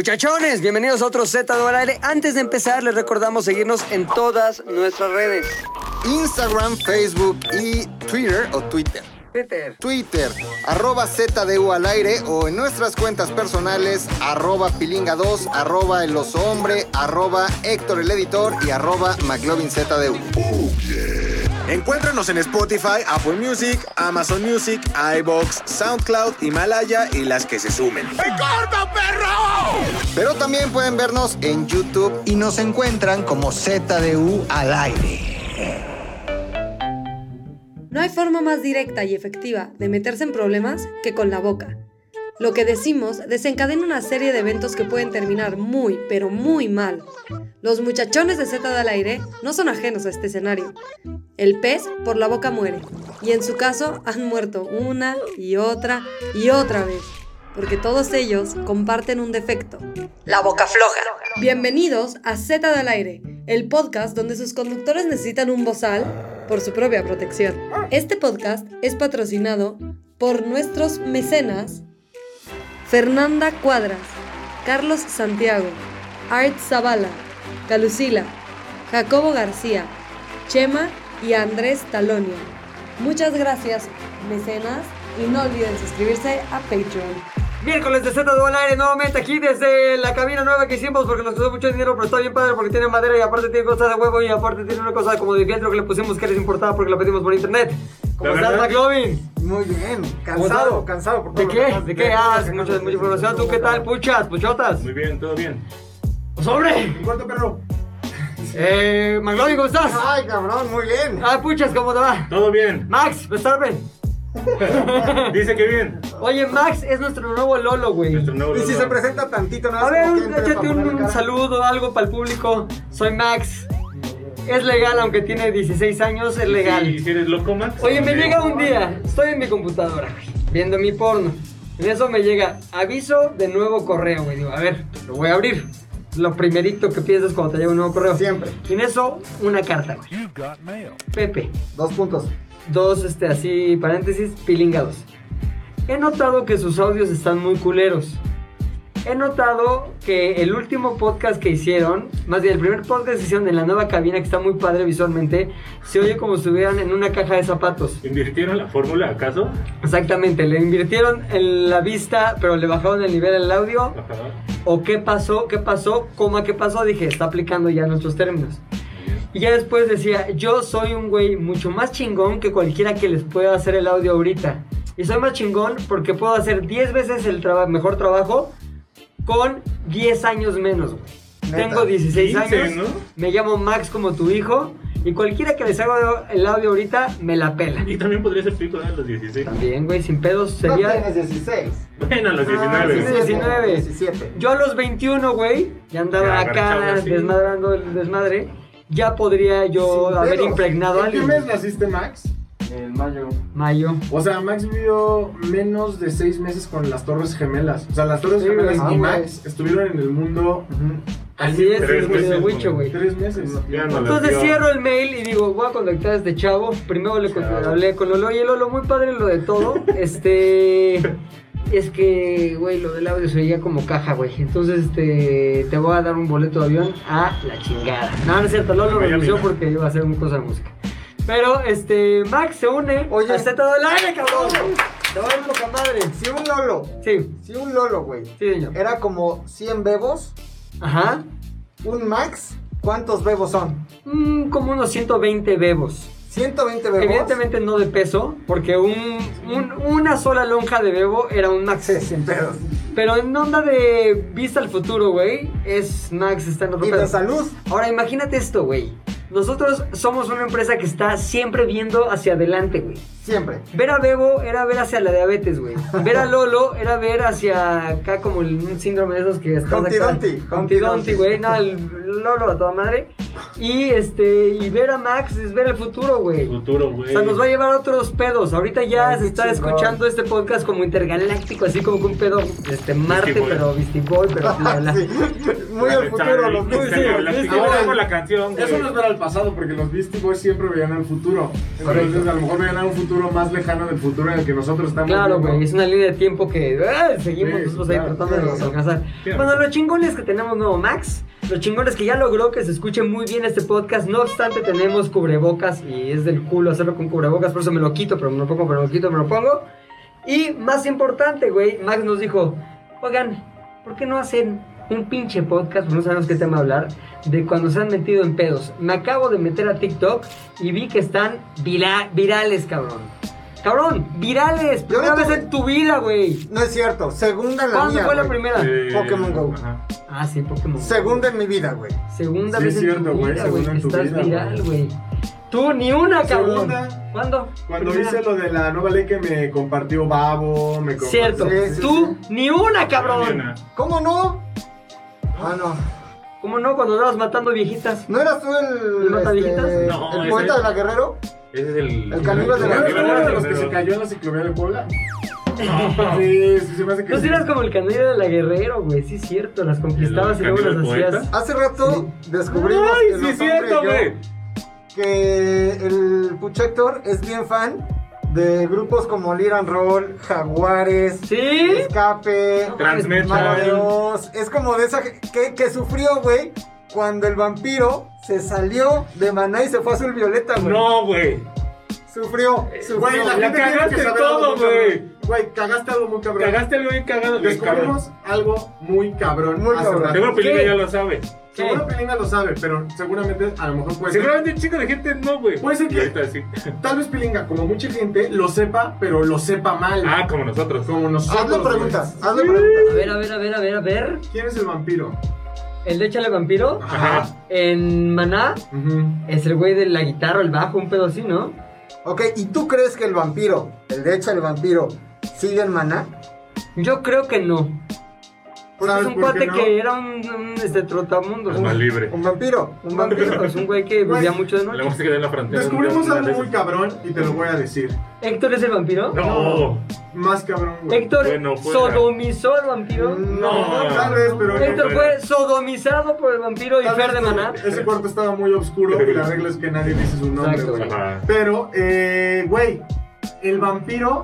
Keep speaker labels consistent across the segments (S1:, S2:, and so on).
S1: Muchachones, bienvenidos a otro Z al aire. Antes de empezar, les recordamos seguirnos en todas nuestras redes.
S2: Instagram, Facebook y Twitter o Twitter.
S1: Twitter.
S2: Twitter, arroba ZDU al aire o en nuestras cuentas personales, arroba pilinga2, arroba el oso hombre, arroba Héctor el editor y arroba McLovinZDU.
S3: Encuéntranos en Spotify, Apple Music, Amazon Music, iBox, SoundCloud, Himalaya y las que se sumen.
S2: Pero también pueden vernos en YouTube.
S4: y nos encuentran como ZDU al aire.
S5: No hay forma más directa y efectiva de meterse en problemas que con la boca. Lo que decimos desencadena una serie de eventos que pueden terminar muy, pero muy mal. Los muchachones de Z del aire no son ajenos a este escenario. El pez por la boca muere, y en su caso han muerto una y otra y otra vez, porque todos ellos comparten un defecto, la boca floja. Bienvenidos a Z del Aire, el podcast donde sus conductores necesitan un bozal por su propia protección. Este podcast es patrocinado por nuestros mecenas Fernanda Cuadras, Carlos Santiago, Art Zavala, Calucila, Jacobo García, Chema y Andrés Talonia. Muchas gracias, mecenas, y no olviden suscribirse a Patreon.
S1: Miércoles de Z al aire nuevamente aquí desde la cabina nueva que hicimos porque nos costó mucho dinero, pero está bien padre porque tiene madera y aparte tiene cosas de huevo y aparte tiene una cosa como de fieltro que le pusimos que eres importada porque la pedimos por internet. ¿Cómo
S6: La
S1: estás,
S6: verdad-
S1: McLovin?
S6: Muy bien,
S1: ¿Cómo
S6: cansado,
S1: estás?
S6: cansado por
S1: ¿De
S6: todo lo
S1: qué?
S6: que-
S1: ¿De qué? Ah, es mucha, mucha información. ¿Tú qué tal, puchas, puchotas?
S6: Muy bien, todo bien.
S1: ¡Sobre!
S6: ¿Cuánto perro?
S1: Eh, McLovin, ¿cómo estás?
S6: Ay, cabrón, muy bien.
S1: Ah, puchas, ¿cómo te va?
S7: Todo bien,
S1: Max, pues, Verstappen.
S7: dice que bien.
S1: Oye, Max es nuestro nuevo Lolo, güey.
S7: Nuestro nuevo
S6: Y si
S7: logo.
S6: se presenta tantito, nada
S1: A
S6: más.
S1: ver,
S6: como
S1: un-
S6: que entre
S1: échate
S6: para
S1: un,
S6: ponerle cara.
S1: saludo, algo para el público. Soy Max. Es legal, aunque tiene 16 años, es
S7: ¿Y
S1: legal.
S7: si eres loco, Max?
S1: Oye, me
S7: Sí.
S1: llega un día, estoy en mi computadora, güey, viendo mi porno. En eso me llega aviso de nuevo correo, güey. Digo, a ver, lo voy a abrir. Lo primerito que piensas cuando te llega un nuevo correo.
S6: Siempre.
S1: Y en eso, una carta, güey. Pepe,
S6: Dos puntos.
S1: dos, este, así, paréntesis, pilingados. He notado que sus audios están muy culeros. He notado que el último podcast que hicieron, más bien el primer podcast que hicieron en la nueva cabina, que está muy padre visualmente, se oye como si estuvieran en una caja de zapatos.
S7: ¿Invirtieron la fórmula, acaso?
S1: Exactamente, le invirtieron en la vista, pero le bajaron el nivel al audio.
S7: Ajá.
S1: ¿O qué pasó? ¿Qué pasó? ¿Cómo qué pasó? Dije, está aplicando ya nuestros términos. Y ya después decía, yo soy un güey mucho más chingón que cualquiera que les pueda hacer el audio ahorita. Y soy más chingón porque puedo hacer 10 veces el traba- mejor trabajo con 10 años menos, güey.
S6: Neta.
S1: Tengo 16
S7: 15,
S1: años,
S7: ¿no?
S1: me llamo Max como tu hijo, y cualquiera que les haga el audio ahorita, me la pela.
S7: Y también podría ser pico ¿no? a los 16.
S1: También, güey, sin pedos,
S6: No
S1: sería...
S6: tienes 16.
S7: Bueno, a los 19.
S6: Ah,
S1: sí, sí, sí. 19.
S6: 17.
S1: Yo a los 21, güey, ya andaba
S7: Ya,
S1: acá
S7: agarchado, sí.
S1: desmadrando el desmadre. Ya podría yo
S6: Sin
S1: haber
S6: pedos.
S1: impregnado a
S8: ¿En qué
S1: alguien.
S8: Este mes naciste, Max?
S6: En mayo.
S1: Mayo.
S8: O sea, Max vivió menos de seis meses con las Torres Gemelas. O sea, las Torres
S1: Sí,
S8: Gemelas
S1: güey.
S8: y
S1: Ah,
S8: Max estuvieron en el mundo eh,
S1: Así es,
S7: tres
S1: el güey de
S7: meses,
S1: Huicho, güey.
S8: tres meses.
S7: Ya no les
S1: Entonces
S7: dio.
S1: cierro el mail y digo, voy a contactar a este chavo. Primero le conté- hablé con Lolo. Oye, Lolo, muy padre lo de todo. este. Es que, güey, lo del audio se oía como caja, güey. Entonces, este. Te voy a dar un boleto de avión a la chingada. No, no es cierto, Lolo me
S7: Miami,
S1: anunció
S7: ¿no?
S1: porque iba a hacer un cosa de música. Pero, este. Max se une.
S6: Oye.
S1: Oye, todo el aire, cabrón. Te va a ir poca madre.
S6: Si un Lolo,
S1: Sí,
S6: si un Lolo, güey,
S1: sí, señor.
S6: era como 100 bebos,
S1: Ajá.
S6: un Max, ¿cuántos bebos son?
S1: Mm, como unos 120 bebos.
S6: 120 bebos.
S1: Evidentemente no de peso, porque un, un- una sola lonja de bebo era un max.
S6: Sí, sin pedos.
S1: Pero en onda de vista al futuro, güey, es max está en otro
S6: Y
S1: pedo.
S6: de salud.
S1: Ahora imagínate esto, güey. Nosotros somos una empresa que está siempre viendo hacia adelante, güey.
S6: Siempre.
S1: Ver a Bebo era ver hacia la diabetes, güey. Ver a Lolo era ver hacia acá como el- un síndrome de esos que estás
S6: Humpty
S1: acá.
S6: Dumpty,
S1: Humpty
S6: Humpty
S1: Dumpty,
S6: Dumpty.
S1: güey. No, el Lolo a toda madre. Y este y ver a Max es ver el futuro, güey.
S7: Futuro, güey.
S1: O sea, nos va a llevar a otros pedos. Ahorita ya
S6: Ay,
S1: se está
S6: chingón.
S1: escuchando este podcast como intergaláctico, así como que un pedo este Marte,
S7: Beastie Boy.
S1: pero Vistibol, pero bla, bla.
S6: Ah, Sí. Muy al futuro, los
S7: Muy
S6: Beastie
S7: sí,
S6: Boys.
S7: galáctico.
S8: Ahora-
S7: Ahora con la canción,
S8: Eso
S7: güey.
S8: no es ver al pasado, porque los Beastie Boys siempre veían al futuro. Entonces, a lo mejor veían a un futuro futuro más lejano del futuro en el que nosotros estamos.
S1: Claro,
S8: viviendo.
S1: güey, es una línea de tiempo que ah, seguimos
S8: Sí,
S1: nosotros ahí
S8: claro,
S1: tratando de
S8: claro.
S1: alcanzar.
S7: Claro.
S1: Bueno, lo chingón es que tenemos nuevo Max, lo chingón es que ya logró que se escuche muy bien este podcast, no obstante tenemos cubrebocas y es del culo hacerlo con cubrebocas, por eso me lo quito, pero me lo pongo, pero me lo quito, me lo pongo. Y más importante, güey, Max nos dijo, oigan, ¿por qué no hacen un pinche podcast? Porque no sabemos qué tema hablar, de cuando se han metido en pedos. Me acabo de meter a TikTok y vi que están vira- virales, cabrón. Cabrón, virales,
S6: Yo
S1: primera
S6: no
S1: vez
S6: tuve-
S1: en tu vida, güey.
S6: No es cierto. Segunda en la
S1: ¿Cuándo
S6: mía.
S1: fue la
S6: güey.
S1: primera?
S7: Eh,
S6: Pokémon Go.
S7: ajá.
S1: Ah, sí, Pokémon.
S6: Segunda en mi vida, güey.
S1: Segunda
S8: Sí,
S1: vez
S8: es cierto,
S1: en tu
S8: güey,
S1: vida,
S8: segunda
S1: güey.
S8: en tu
S1: Estás
S8: vida,
S1: viral, güey. Tú ni una, cabrón.
S8: Segunda.
S1: ¿Cuándo?
S8: Cuando
S1: Primera.
S8: hice lo de la nueva ley que me compartió Babo, me compartió.
S1: Cierto.
S6: Sí, sí,
S1: Tú ni una,
S7: Ni
S1: cabrón.
S7: una.
S6: ¿Cómo no? Ah, no.
S1: ¿Cómo no? Cuando andabas matando viejitas.
S6: ¿No eras tú el,
S1: ¿El mataviejitas?
S6: este,
S7: No,
S6: el
S7: ese-
S6: poeta de la Guerrero?
S7: Ese es el.
S6: El caníbal de la-
S8: ¿No eres uno de los que
S7: Guerrero.
S8: se cayó en la ciclovía de Puebla? Sí, sí, se me hace que.
S1: Tú sí
S8: sí.
S1: eras como el candidato de la guerrero, güey. Sí, es cierto. Las conquistabas y
S7: ¿El
S1: luego
S7: caníbal
S1: las hacías.
S7: poeta?
S6: Hace rato descubrimos
S7: Ay, sí,
S6: que,
S7: es
S6: los hombres y
S7: cierto,
S6: yo-
S7: güey.
S6: que el Puchector es bien fan de grupos como Liran Roll, Jaguares,
S1: ¿Sí?
S6: Escape,
S7: Transmetal.
S6: Mago de Oz. Es como de esa que- que, que sufrió, güey, cuando el vampiro se salió de Maná y se fue a Azul Violeta, güey.
S7: No, güey.
S6: Sufrió, sufrió.
S8: Güey, la
S7: La
S8: gente tiene
S7: cagaste
S8: que saber
S7: todo,
S8: algo muy cabrón.
S7: güey.
S8: Güey, cagaste algo muy cabrón.
S7: Cagaste algo bien cagado. güey, cabrón.
S8: Descubrimos algo muy cabrón.
S6: Muy
S8: hace
S6: cabrón.
S8: rato.
S7: Seguro Pilinga
S1: ¿Qué?
S7: ya lo sabe.
S8: Seguro Pelinga lo sabe, pero seguramente a lo mejor puede ser.
S7: Seguramente un chingo de gente no, güey.
S8: Pues Puede ser
S7: Y
S8: que-
S7: ahorita sí.
S8: Tal vez Pelinga, como mucha gente, lo sepa, pero lo sepa mal.
S7: Ah, como nosotros.
S8: como nosotros.
S6: Hazle
S8: güey.
S6: preguntas, hazle preguntas.
S1: A ver, a ver, a ver, a ver, a ver.
S8: ¿Quién es el vampiro?
S1: El de Échale Vampiro.
S7: Ajá.
S1: En Maná.
S8: Ujú.
S1: Es el güey de la guitarra, el bajo, un pedo así, ¿no?
S6: Ok, ¿y tú crees que el vampiro, el de hecho el vampiro, sigue en Maná?
S1: Yo creo que no. Porque es
S8: ¿Sabes
S1: un
S8: por qué
S1: cuate
S8: no?
S1: que era un, un, este, trotamundos.
S7: Alma
S1: Un,
S7: libre.
S6: Un vampiro, un
S1: vampiro,
S6: vampiro.
S1: es un güey que
S8: Güey.
S1: vivía mucho de
S7: La
S1: noche.
S7: música de la frontera.
S8: Descubrimos
S7: Una de
S8: algo
S7: esas.
S8: muy cabrón y te lo voy a decir.
S1: ¿Héctor es el vampiro?
S7: No.
S8: Más cabrón, güey.
S1: ¿Héctor
S7: Bueno, fuera.
S1: sodomizó al vampiro?
S7: No.
S8: tal vez, pero.
S1: Héctor fue
S7: fuera.
S1: sodomizado por el vampiro y
S8: Tal
S1: Fer
S8: vez
S1: de Maná.
S8: Ese cuarto estaba muy oscuro y la regla es que nadie dice su nombre,
S1: Exacto,
S8: güey.
S7: Ajá.
S8: Pero, eh, güey, el vampiro,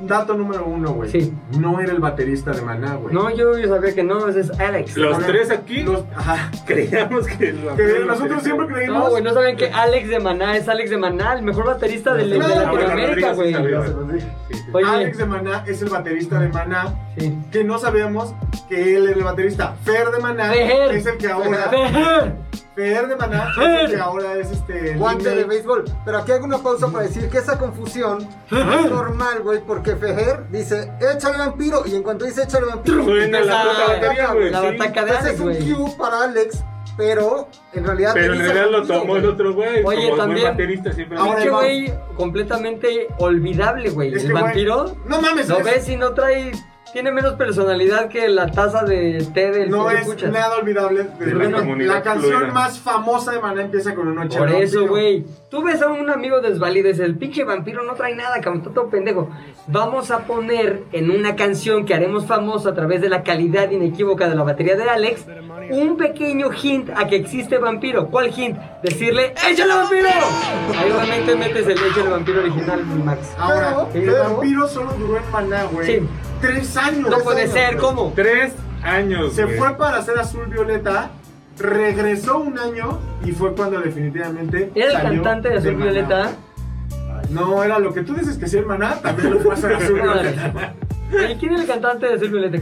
S8: dato número uno, güey.
S1: Sí.
S8: No era el baterista de Maná, güey.
S1: No, yo, yo sabía que no, ese es Alex.
S7: Los
S8: Ahora,
S7: tres aquí
S8: Los- ajá.
S7: creíamos que el
S8: Que
S7: vampiro
S8: nosotros
S7: era-
S8: siempre creímos.
S1: No, güey, no saben que Alex de Maná es Alex de Maná, el mejor baterista de, de
S8: Claro, güey,
S1: Latinoamérica,
S7: Rodríguez,
S1: güey.
S7: sí,
S8: Ya se los dije.
S7: Sí, sí.
S1: Oye,
S8: Alex de Maná es el baterista de Maná.
S1: sí.
S8: Que no sabíamos que él era el baterista. Fer de Maná
S1: Fer.
S8: es el que ahora.
S1: Fer.
S8: Fer de Maná es el
S1: Fer.
S8: que ahora es este. el
S6: Guante de
S8: líder.
S6: béisbol. Pero aquí hago una pausa para decir que esa confusión es normal, güey, porque Fejer dice, échale vampiro, y en cuanto dice échale vampiro,
S7: Suena
S1: Empieza
S7: la puta batería, güey.
S1: pues, la
S7: sí.
S1: bataca de
S6: entonces
S1: Alex,
S6: es un
S1: güey.
S6: cue para Alex, pero en realidad...
S7: Pero en
S6: dice
S7: realidad lo
S6: vampiro,
S7: tomó
S6: güey.
S7: el otro güey.
S1: Oye,
S7: como buen
S1: también-
S7: baterista siempre.
S8: Ahora,
S1: Pinche
S8: el
S1: güey completamente olvidable, güey.
S8: Es
S1: El
S8: que, güey,
S1: vampiro,
S8: No mames,
S1: lo
S8: es-
S1: ves y no trae. Tiene menos personalidad que la taza de té del
S8: No
S1: que
S8: es
S1: escuchas.
S8: nada olvidable.
S7: De la
S8: Bueno,
S7: comunidad
S8: la canción
S7: fluida.
S8: más famosa de Maná empieza con un ocho.
S1: Por
S8: ¿no?
S1: eso,
S8: Digo,
S1: güey. Tú ves a un amigo desvalido y dices, el pinche vampiro no trae nada, cabrón, está todo pendejo. Vamos a poner en una canción que haremos famosa a través de la calidad inequívoca de la batería de Alex, un pequeño hint a que existe vampiro. ¿Cuál hint? Decirle, ¡échale vampiro! Ahí obviamente metes el échale vampiro original, Max.
S8: Ahora,
S1: Sí,
S8: el
S1: claro.
S8: vampiro solo duró en Maná, güey.
S1: Sí.
S8: Tres años.
S1: No puede
S8: Tres
S1: ser,
S8: años,
S1: ¿cómo?
S7: Tres años.
S8: Se
S7: güey.
S8: fue para hacer azul violeta, regresó un año y fue cuando definitivamente.
S1: ¿Era el
S8: salió
S1: cantante de Azul
S8: Maná.
S1: Violeta?
S8: No, era lo que tú dices que sí, el maná, también lo fue a hacer azul violeta.
S1: Madre. ¿Y quién era el cantante de Azul Violeta?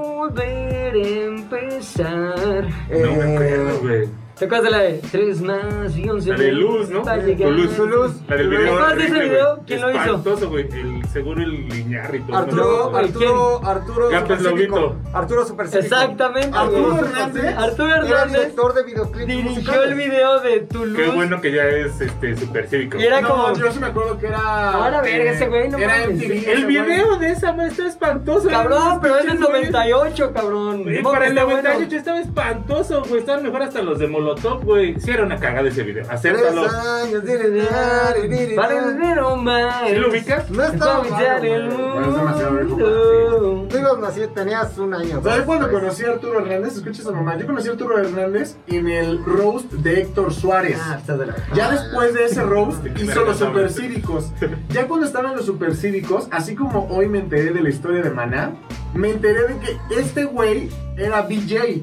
S1: Volver a empezar. Eh,
S7: No me acuerdo, güey.
S1: ¿Te acuerdas de la de 3 más y 11?
S7: La de luz, ¿no?
S1: Está
S7: Con
S1: llegando.
S7: luz. La del
S1: ¿Te
S7: video.
S1: acuerdas de ese
S7: horrible,
S1: video?
S7: güey.
S1: ¿Quién lo hizo?
S7: Espantoso, güey. El- Seguro el Iñárritu. ¿no?
S6: Arturo,
S1: Arturo,
S6: Arturo, Arturo,
S7: Ya, pues,
S6: Supercívico.
S7: Lobito.
S6: Arturo Supercívico.
S1: Exactamente.
S8: Arturo
S1: güey.
S8: Hernández.
S1: Arturo
S6: Era
S1: Hernández
S6: director de videoclips
S1: dirigió
S6: musicales.
S1: el video de Tu Luz.
S7: Qué bueno que ya es este supercívico.
S1: Y era
S8: no,
S1: como.
S8: yo sí me acuerdo que era.
S1: Ahora, verga, ese güey, no
S8: Era
S1: mames.
S8: MTV, ese
S7: El
S8: güey.
S7: video de esa madre está espantoso.
S1: Cabrón,
S7: eran
S1: pero es
S7: pinches
S1: del
S7: güeyes.
S1: 98, cabrón.
S7: Güey,
S1: No,
S7: para el
S1: está bueno.
S7: 98 estaba espantoso, güey. Estaban mejor hasta los de Molotov, güey. Sí era una cagada ese video. Acéptalo.
S6: Tres años, diri, diri, diri,
S1: Para el
S6: diri.
S1: dinero, man.
S7: ¿Sí lo ubicas?
S6: No
S1: Para
S6: estaba malo,
S1: evitar el
S6: güey.
S8: Pero es demasiado viejo para
S1: mundo.
S6: Tú ibas nacido, tenías un año.
S8: ¿Sabes
S6: dos,
S8: cuando
S6: tres.
S8: conocí a Arturo Hernández? Escucha esa mamá. Yo conocí a Arturo Hernández en el roast de Héctor Suárez.
S6: Ah, estás de la.
S8: Ya después de ese roast hizo los
S7: Verga, cabrón.
S8: supercívicos. Ya cuando estaban los supercívicos, así como hoy me enteré de la historia de Maná, me enteré de que este güey era BJ.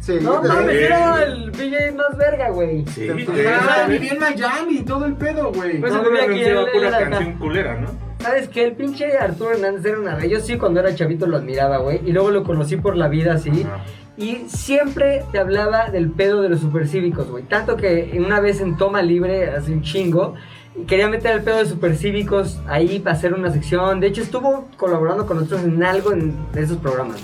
S6: Sí,
S1: No
S6: de-
S1: mames,
S7: Eh.
S1: era el DJ más verga, güey.
S7: Sí,
S6: Te-
S7: güey.
S8: Ah,
S7: Pues
S8: vivía en Miami y todo el pedo, güey.
S1: No,
S7: no
S1: mira que él-
S7: pura
S1: él era-
S7: canción culera, ¿no?
S1: ¿Sabes qué? El pinche Arturo Hernández era una rey. Yo sí, cuando era chavito lo admiraba, güey. Y luego lo conocí por la vida así.
S7: Ajá.
S1: Y siempre te hablaba del pedo de los supercívicos, güey. Tanto que una vez en Toma Libre, hace un chingo, quería meter el pedo de supercívicos ahí para hacer una sección. De hecho, estuvo colaborando con nosotros en algo en, de esos programas.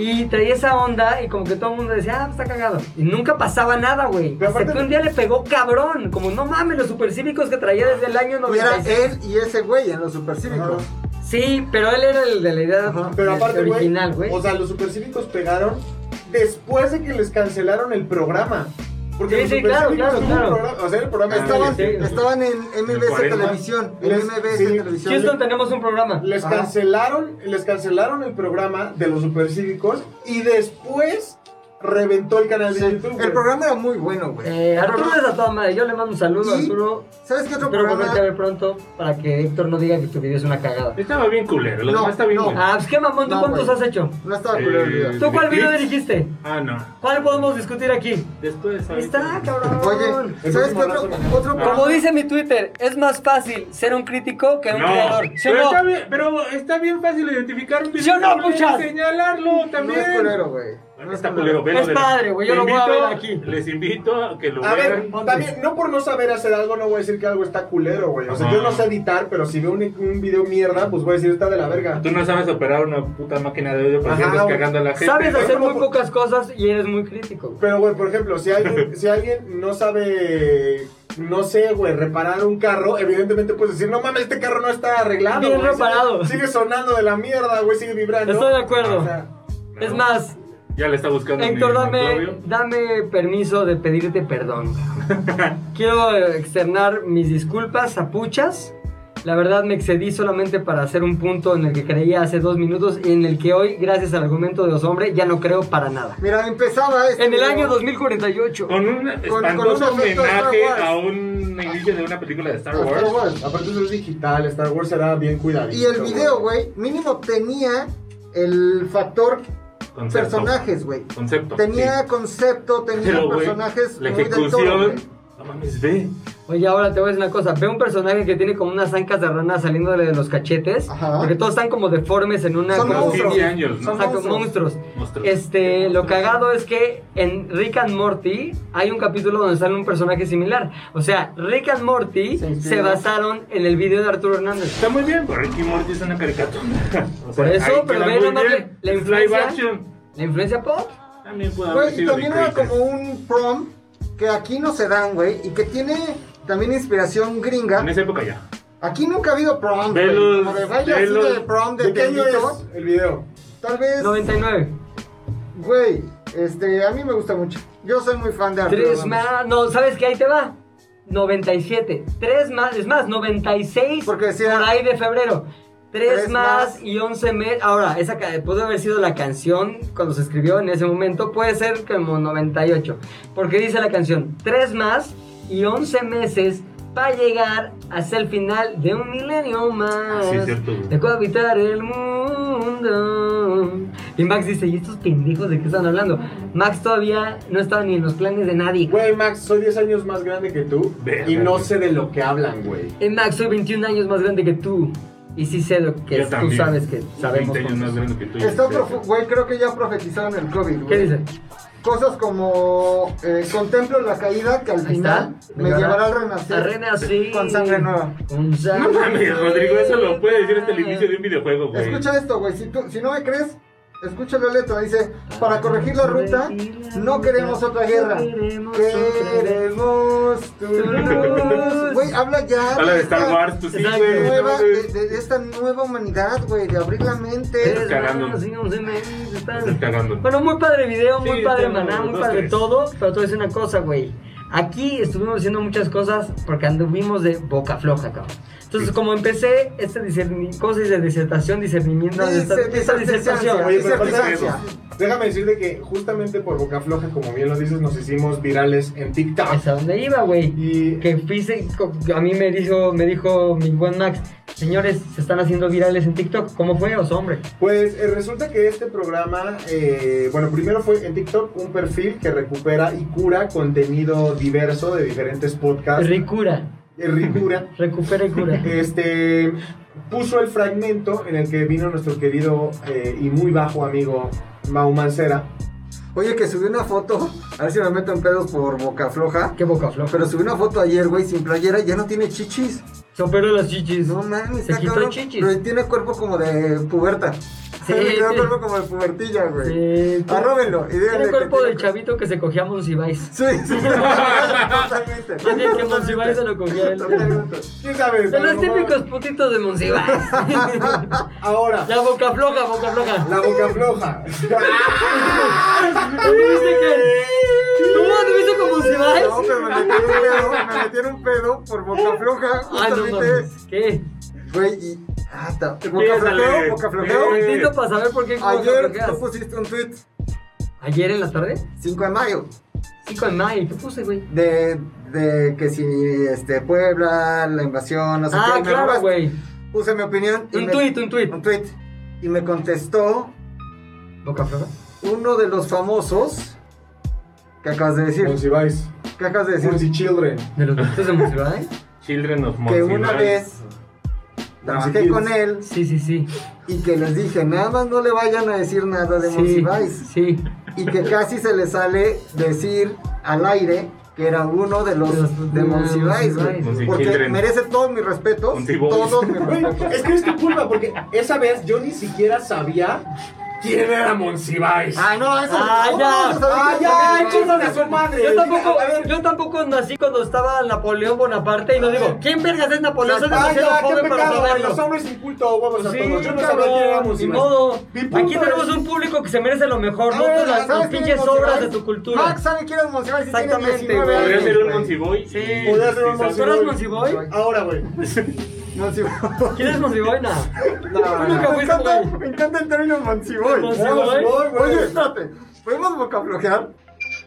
S1: Y traía esa onda y como que todo el mundo decía, ah, está cagado. Y nunca pasaba nada, güey.
S8: Pero
S1: Hasta
S8: aparte-
S1: que un día le pegó cabrón. Como, no mames, los supercívicos que traía desde el año
S6: Era
S1: 96.
S6: él y ese güey en los supercívicos.
S1: Sí, pero él era el de la idea
S8: Ajá, Pero aparte, güey,
S1: original, güey.
S8: O sea, los supercívicos pegaron después de que les cancelaron el programa. Porque
S1: Sí,
S8: los
S1: sí, claro,
S8: supercívicos
S1: claro,
S8: tuvo un
S1: claro.
S8: programa- o sea, el programa
S7: Ah,
S8: estaba.
S1: sí.
S6: Estaban en MBS
S7: cuarenta.
S6: Televisión. En
S8: Les-
S6: MBS
S8: sí.
S6: Televisión.
S1: Houston tenemos un programa.
S8: Les
S6: Ajá.
S8: cancelaron, les cancelaron el programa de los supercívicos y después reventó el canal de
S6: Sí,
S8: YouTube. güey.
S6: El programa era muy bueno, güey.
S1: Eh, Arturo es a toda madre. Yo le mando un saludo a
S6: ¿Y?
S1: Arturo.
S6: ¿Sabes qué otro
S1: Espero volverte a
S6: programa?
S1: ver pronto para que Héctor no diga que tu video es una cagada.
S7: Estaba bien culero, lo
S6: No,
S7: demás está bien
S6: no.
S7: bueno.
S1: Ah, pues qué mamón, ¿tú
S6: No,
S1: cuántos
S6: güey.
S1: has hecho?
S6: No estaba
S7: Eh,
S6: culero el video.
S1: ¿Tú cuál
S7: ¿De
S1: video
S7: clips?
S1: dirigiste?
S7: Ah, no.
S1: ¿Cuál podemos discutir aquí?
S7: Después.
S1: Ahí está,
S7: ahorita-
S1: cabrón.
S6: Oye,
S8: El
S6: ¿sabes qué
S8: último
S6: otro,
S8: brazo,
S6: otro
S7: ¿no?
S1: Como
S6: programa?
S1: dice mi Twitter, es más fácil ser un crítico que un
S7: No,
S1: creador. ¿Sí o
S7: pero,
S1: no?
S7: está bien, pero está bien fácil identificar un video
S1: ¿Sí o no,
S7: culero y
S1: puchas?
S7: señalarlo
S6: No
S7: también.
S6: es culero, güey.
S7: No está culero, velo,
S1: Es
S7: velo.
S1: padre, güey, yo
S7: Te
S1: lo voy a
S7: invito-
S1: ver aquí.
S7: Les invito a que lo
S8: A ver,
S7: vean.
S8: también, no por no saber hacer algo, no voy a decir que algo está culero, güey. O sea,
S7: Ajá.
S8: yo no sé editar, pero si veo un, un video mierda, pues voy a decir, está de la verga.
S7: Tú no sabes operar una puta máquina de audio porque
S8: Ajá,
S7: andas
S8: güey.
S7: cagando a la gente.
S1: Sabes
S7: güey.
S1: hacer muy
S8: ¿Cómo?
S1: pocas cosas y eres muy crítico. güey.
S8: Pero, güey, por ejemplo, si alguien, si alguien no sabe, no sé, güey, reparar un carro, evidentemente puedes decir, no mames, este carro no está arreglado.
S1: Bien
S8: güey,
S1: reparado.
S8: Sigue, sigue sonando de la mierda, güey, sigue vibrando.
S1: Estoy de acuerdo.
S8: O sea,
S1: Es más,
S7: Ya le está buscando. mi-
S1: Héctor,
S7: mi
S1: dame,
S7: Claudio.
S1: dame permiso de pedirte perdón. Quiero eh, externar mis disculpas a Puchas. La verdad me excedí solamente para hacer un punto en el que creía hace dos minutos y en el que hoy, gracias al argumento de los hombres, ya no creo para nada.
S6: Mira, empezaba este
S1: En el
S6: video.
S1: año 2048.
S7: Con un
S6: con
S7: espantoso
S6: un efecto de Star
S7: homenaje
S6: Wars.
S7: a un inicio de una película de Star
S8: Star Wars.
S7: Wars.
S8: Aparte eso es digital, Star Wars será bien cuidadito.
S6: Y el video, güey, mínimo tenía el factor
S7: Concepto.
S6: personajes, güey.
S7: Concepto.
S6: Tenía
S7: sí.
S6: concepto, tenía
S7: Pero, güey,
S6: personajes
S7: La
S6: muy del todo,
S7: ejecución.
S6: güey.
S7: No mames, ve.
S1: Oye, ahora te voy a decir una cosa. Ve un personaje que tiene como unas ancas de rana saliéndole de los cachetes.
S6: Ajá.
S1: Porque todos están como deformes en una...
S6: Son
S1: como-
S7: Como
S6: monstruos.
S7: 15 años,
S1: O
S7: ¿no?
S1: sea, con monstruos.
S7: Monstruos.
S1: Este, lo
S7: Monstruos.
S1: cagado es que en Rick and Morty hay un capítulo donde sale un personaje similar. O sea, Rick and Morty
S6: Se
S1: se,
S6: inspiró.
S1: basaron en el video de Arturo Hernández.
S7: Está muy bien, pero Ricky Morty es una caricatura. O sea,
S1: Por eso,
S7: ahí
S1: pero
S7: queda
S1: ve
S7: muy
S1: nomás
S7: bien.
S1: la- la
S7: Es
S1: influencia.
S7: Live action.
S1: La influencia pop.
S7: También puede haber
S6: Güey, y
S7: sido
S6: también
S7: de
S6: era
S7: Creators.
S6: como un prom que aquí no se dan, güey, y que tiene también inspiración gringa.
S7: En esa época ya.
S6: Aquí nunca ha habido prom, güey.
S7: Velos,
S6: Como de baile así
S7: velos.
S6: de prom de,
S8: ¿De qué año
S6: tendito.
S8: es el video?
S6: Tal vez,
S1: 99.
S6: güey, este, a mí me gusta mucho. Yo soy muy fan de Arturo.
S1: Tres
S6: Hernández.
S1: más. No, ¿sabes qué? Ahí te va. 97. Tres más. Es más, 96.
S6: Porque decía-
S1: Por ahí de febrero. Tres,
S6: Tres
S1: más,
S6: más.
S1: y 11 meses. Ahora, esa ca- pudo haber sido la canción cuando se escribió en ese momento. Puede ser como 98. Porque dice la canción: Tres más y 11 meses. Para llegar hasta el final de un milenio más.
S7: Ah, sí, cierto, güey.
S1: de cohabitar el mundo. Y Max dice, ¿y estos pendejos de qué están hablando? Max todavía no estaba ni en los planes de nadie.
S8: Güey, Max, soy 10 años más grande que tú
S7: Verga,
S8: y no
S7: güey.
S8: sé de lo que hablan, güey.
S1: Eh, Max, soy 21 años más grande que tú. Y sí sé lo que
S7: Yo
S1: es, tú
S7: también.
S1: sabes que sabemos.
S7: 20 años
S1: cosas.
S7: más grande que tú.
S6: Está
S7: Sí.
S6: profu- güey, creo que ya profetizaron el COVID, güey.
S1: ¿Qué dice?
S6: Cosas como eh, contemplo la caída que al
S1: Ahí está.
S6: final me llevará al renacer.
S1: Al renacer.
S6: Con sangre nueva.
S1: Con sangre
S7: No mames, Rodrigo, eso lo puede decir hasta el
S6: Ah.
S1: nueva.
S7: inicio de un videojuego, güey.
S6: Escucha esto, güey. Si, tú- si no me crees, Escucha la letra, dice, para corregir la ruta, no queremos otra guerra. Queremos tu luz. Güey, habla ya.
S7: Habla de Star
S6: esta
S7: Wars, tú sí,
S1: Exacto.
S7: güey. no
S6: nueva- de,
S7: mames.
S6: de- de esta nueva humanidad, güey, de abrir la mente.
S7: cagando. Estás cagando.
S1: Bueno, muy padre video, muy
S7: Sí,
S1: padre
S7: tengo
S1: maná, muy
S7: dos,
S1: padre
S7: tres.
S1: todo. Pero te voy a decir una cosa, güey. Aquí estuvimos haciendo muchas cosas porque anduvimos de boca floja, cabrón. Entonces, como empecé esta discerni- ¿cómo se dice? disertación, discernimiento,
S6: Dice-
S1: esta, esta
S6: disertación,
S1: disertación.
S6: güey.
S8: Oye, pero
S6: Dice
S8: aparte de
S6: Francia.
S8: eso, déjame decirte que justamente por boca floja, como bien lo dices, nos hicimos virales en TikTok.
S1: Es a donde iba, güey.
S8: Y
S1: que fuiste, a mí me dijo, me dijo mi buen Max, señores, se están haciendo virales en TikTok, ¿cómo fue, os hombre?
S8: Pues eh, resulta que este programa, eh, bueno, primero fue en TikTok un perfil que recupera y cura contenido diverso de diferentes
S6: Ah,
S8: podcasts.
S1: Ricura,
S8: Eh, ricura.
S1: recupera y cura.
S8: Este puso el fragmento en el que vino nuestro querido eh, y muy bajo amigo Mau Mancera.
S6: Oye, que subí una foto, a ver si me meto en pedos por boca floja.
S1: Qué boca floja.
S6: Pero subí una foto ayer, güey, sin playera, ya no tiene chichis.
S1: Se operó las chichis.
S6: No mames,
S1: Se
S6: está
S1: quitó
S6: cabrón.
S1: chichis.
S6: Pero tiene cuerpo como de puberta.
S1: Sí,
S6: tiene
S1: sí.
S6: cuerpo como de pubertilla, güey.
S1: Eh,
S6: Arróbenlo y díganle
S1: Tiene
S6: que
S1: cuerpo
S6: tiene
S1: de
S6: cu-
S1: chavito que se cogía a Monsiváis.
S6: Sí, sí, totalmente.
S1: Más bien que Monsiváis se lo cogía él.
S6: Totalmente.
S8: ¿Quién sabe?
S1: De
S8: A lo
S1: los
S8: mejor-
S1: típicos putitos de Monsiváis.
S8: Ahora,
S1: La boca floja, boca floja.
S8: la boca floja.
S1: ¿Tuviste que... ¿Tú anduviste con Monsiváis?
S6: No, pero me metieron un pedo, me metieron un pedo por boca floja,
S1: Ah, no
S6: justamente.
S1: mames. ¿Qué?
S6: Güey, y. Ah, ta- boca
S7: Piénsale.
S6: flojeo, boca flojeo.
S7: Eh.
S1: Necesito para saber por qué boca
S6: Ayer
S1: flojeas.
S6: tú pusiste un tweet,
S1: ¿Ayer en la tarde?
S6: 5 de mayo,
S1: 5 de mayo, ¿qué puse, güey?
S6: de, de que si este, Puebla, la invasión, no sé
S1: Ah,
S6: qué. y me
S1: claro,
S6: robaste.
S1: güey.
S6: Puse mi opinión. y
S1: Un
S6: me-
S1: tuit, un tuit.
S6: Un tweet. Y me contestó
S1: Boca floja.
S6: uno de los famosos. ¿Qué acabas de decir?
S8: Monsiváis.
S6: ¿Qué acabas de decir?
S8: Monsi Children.
S1: De los gustos de Monsiváis.
S7: Children of
S6: que
S7: Monsiváis.
S6: una vez trabajé con él
S1: Sí, sí, sí.
S6: y que les dije, nada más no le vayan a decir nada de
S1: Sí,
S6: Monsiváis.
S1: sí.
S6: Y que casi se le sale decir al aire que era uno de los
S1: Los-
S6: de Monsiváis, güey.
S1: Monsiváis.
S6: Porque
S7: Monsichildren.
S6: merece todos mis respetos.
S7: Monsiboys.
S6: Todos mis
S8: Güey,
S6: respetos.
S8: es que es tu culpa, porque esa vez yo ni siquiera sabía quién era Monsiváis.
S6: Ah, no, eso
S1: Ah,
S6: ¿cómo
S1: ya.
S6: vas a saber
S8: Ah,
S6: que-
S8: ya, chingan a su madre.
S1: Yo tampoco,
S8: A ver.
S1: yo tampoco nací cuando estaba Napoleón Bonaparte y no digo, ¿quién vergas es Napoleón? Soy demasiado
S8: Vaya, qué
S1: joven para
S8: pecado, güey,
S1: saberlo.
S8: los hombres sin culto, vamos a
S1: Sí,
S8: todos. Yo no sabía quién era
S1: cabrón, ni
S8: Monsiváis.
S1: modo.
S8: Mi punto
S1: Aquí tenemos
S8: es-
S1: un público que se merece lo mejor, no
S6: Ah,
S1: todas las, las
S6: ¿sabes quién es
S1: pinches
S6: Monsiváis?
S1: obras de tu cultura.
S6: Max sabe quién es Monsiváis y tiene
S1: Exactamente,
S6: 19
S1: güey.
S7: Podría
S6: años.
S7: ser un
S6: güey.
S7: Monsiboy. Sí.
S8: Podría ser un
S1: ¿Tú
S8: Monsiváis.
S1: eras Monsiboy?
S8: Ahora, güey.
S6: Monsiváis.
S1: ¿Quién es Monsiboy? No.
S6: No,
S1: Nunca
S6: me,
S1: fuiste,
S6: encanta,
S1: güey.
S6: me encanta el término Monsiboy.
S1: Monsiboy.
S8: Monsiboy, güey.
S6: Oye, espérate, ¿podemos vocablojear?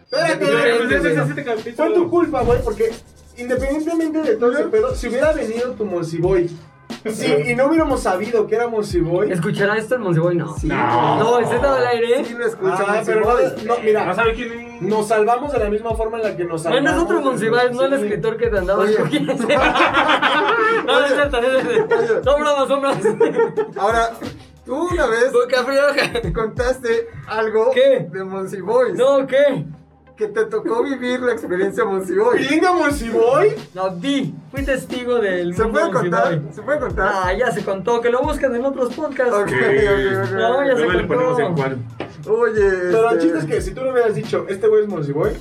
S8: Espérate,
S7: Pues
S8: güey.
S7: ese es este capítulo.
S8: Fue tu culpa, güey, porque independientemente de todo ese pedo, si hubiera venido tu Monsiboy sí, y no hubiéramos sabido que era Monsiboy.
S1: ¿Escuchará esto el Monsiboy? No.
S7: No.
S1: No, ¿es esta del aire?
S6: Sí lo escucha
S8: Ah, pero
S6: Monsiboy.
S8: no, no, mira,
S7: No sabe quién
S8: Nos salvamos de la misma forma en la que nos salvamos.
S1: Bueno, es otro Monsiváis, no el
S8: Sí.
S1: escritor que te andaba
S6: Oye.
S1: escogiendo. No, no es cierto, no es cierto. Son bromas, son bromas.
S6: Ahora, tú una vez
S1: Boca floja.
S6: contaste algo
S1: ¿Qué?
S6: de Monsiboy.
S1: No, ¿qué?
S6: Que te tocó vivir la experiencia Monsiboy.
S8: ¿Pilinga Monsiboy?
S1: No, di. Fui testigo del
S6: ¿Se
S1: mundo
S6: puede contar?
S1: Monsiváis.
S6: ¿Se puede contar?
S1: Ah, ya se contó, que lo buscan en otros podcasts.
S6: Ok, ok, ok.
S1: No, ya se
S7: Luego
S1: contó.
S7: le ponemos en cuál.
S6: Oye,
S8: Pero el
S6: este,
S8: chiste es que si tú no hubieras dicho, este güey es Monsiboy,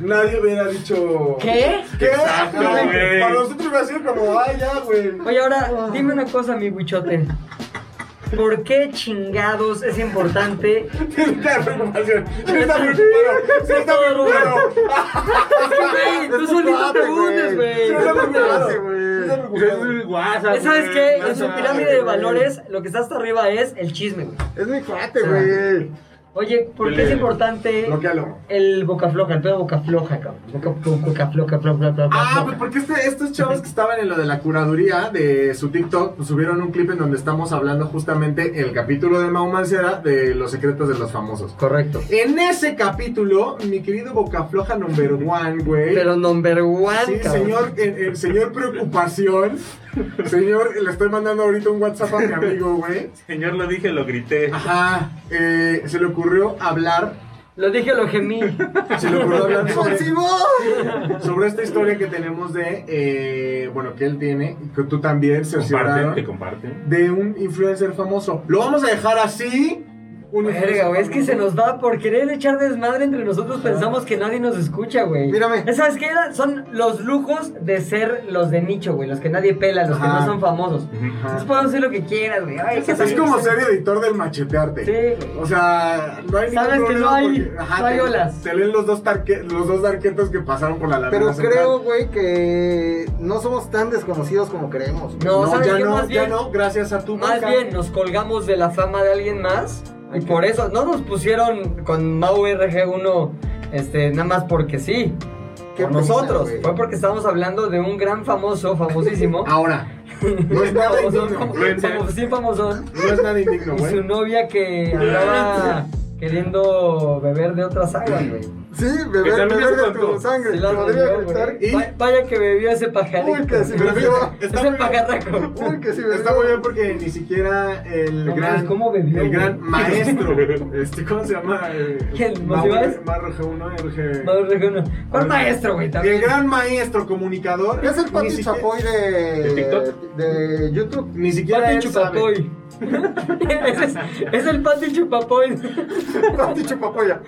S8: nadie hubiera dicho...
S1: ¿Qué?
S8: ¿Qué?
S7: Exacto,
S8: Ay,
S7: güey.
S8: Para nosotros hubiera sido como, ay, ya, güey.
S1: Oye, ahora, dime una cosa, mi buchote. ¿Por qué chingados es importante?
S8: Tienes preocupación. Se está preocupado. Se está Este preocupado.
S1: Güey, tú
S6: tu
S1: solito te
S6: cuate,
S1: hundes,
S6: güey.
S1: güey.
S8: Se está
S1: No mames.
S8: preocupado.
S6: mames, güey.
S8: Se está preocupado.
S7: WhatsApp.
S1: ¿Sabes qué? En su
S8: no,
S1: pirámide
S8: güey.
S1: de valores, lo que está hasta arriba es el chisme, güey.
S6: Es mi cuate, güey.
S1: Oye, ¿por qué es importante
S8: Bloquealo.
S1: el boca floja, el pedo boca floja, cabrón? Boca, boca, boca floja, floja, floja, floja.
S8: Ah, pues porque este- estos chavos que estaban en lo de la curaduría de su TikTok pues, subieron un clip en donde estamos hablando justamente el capítulo de Mau Mancera de los secretos de los famosos.
S1: Correcto.
S8: En ese capítulo, mi querido Bocafloja number one, güey.
S1: Pero number one,
S8: Sí,
S1: cabrón.
S8: señor, el, el señor preocupación. Señor, le estoy mandando ahorita un WhatsApp a mi amigo, güey.
S7: Señor, lo dije, lo grité.
S6: Ah,
S8: Ajá. eh, se le ocurrió hablar.
S1: Lo dije, lo gemí.
S8: Se le ocurrió hablar sobre,
S6: ¡Monsiboy!
S8: sobre esta historia que tenemos de. eh, bueno, que él tiene y que tú también,
S7: Comparte,
S8: cercioraron.
S7: te comparte.
S8: de un influencer famoso. Lo vamos a dejar así. uniforme.
S1: Verga, güey, es que se nos va por querer echar desmadre entre nosotros. Pensamos que nadie nos escucha, güey.
S6: Mírame.
S1: ¿Sabes qué era? Son los lujos de ser los de nicho, güey. Los que nadie pela, los que
S8: Ajá.
S1: no son famosos.
S7: Ujú.
S1: Entonces podemos hacer lo que quieras, güey. Ay, que
S8: Es como
S1: se
S8: ser editor del machetearte.
S1: Sí.
S8: O sea, no hay ningún
S1: Sabes que no
S8: problema
S1: hay-
S8: porque-
S1: no hay
S8: te-
S1: olas.
S8: Se leen los dos, tarque- los dos darquetos que pasaron por la laguna
S6: Pero
S8: central.
S6: creo, güey, que no somos tan desconocidos como creemos. güey.
S1: No,
S8: No,
S1: ¿sabes
S8: ya
S1: qué?
S8: no,
S1: Más
S8: ya
S1: bien-
S8: no, gracias a tu
S1: Más
S8: boca.
S1: bien nos colgamos de la fama de alguien más y por eso no nos pusieron con Mau RG1 este, nada más porque sí.
S6: Qué
S1: Por nosotros.
S6: pena, güey.
S1: Fue porque estábamos hablando de un gran famoso,
S8: Ah,
S1: famosísimo.
S8: Ahora, no es nada
S1: famosón,
S8: indigno.
S1: famo- sí, famosón.
S6: Ah,
S8: No es nada indigno,
S1: Y su
S8: güey.
S1: novia que andaba queriendo beber de otras aguas, güey.
S6: Sí,
S7: Que
S6: beber,
S7: también
S6: beber
S7: se
S6: de tu
S7: contó.
S1: Sí
S6: sangre.
S1: la
S6: Podría
S1: bebió,
S6: gritar.
S1: güey. Va- Vaya que bebió ese pajarito.
S6: Uy, que sí,
S1: güey.
S6: bebió.
S8: Está
S1: Ese
S8: muy bien.
S1: pajarraco.
S6: Uy, que sí, bebió.
S8: Está muy bien porque ni siquiera el
S1: No
S8: gran,
S1: mames, ¿cómo bebió,
S8: el
S1: güey?
S8: gran maestro, este, ¿cómo se llama? Eh,
S1: ¿Quién?
S8: Mau-
S1: ¿Macías?
S8: Mau RG1, RG.
S1: Mau RG1. ¿Cuál maestro, güey?
S8: El
S1: También.
S8: gran maestro comunicador.
S6: Es el
S8: Ni
S6: Pati
S8: siquiera-
S6: Chapoy de,
S7: ¿De TikTok?
S6: de YouTube.
S8: Ni siquiera
S1: Pati
S8: él sabe.
S1: Chupapoy. Ese es, es el Pati Chupapoy.
S6: Pati Chapapoya.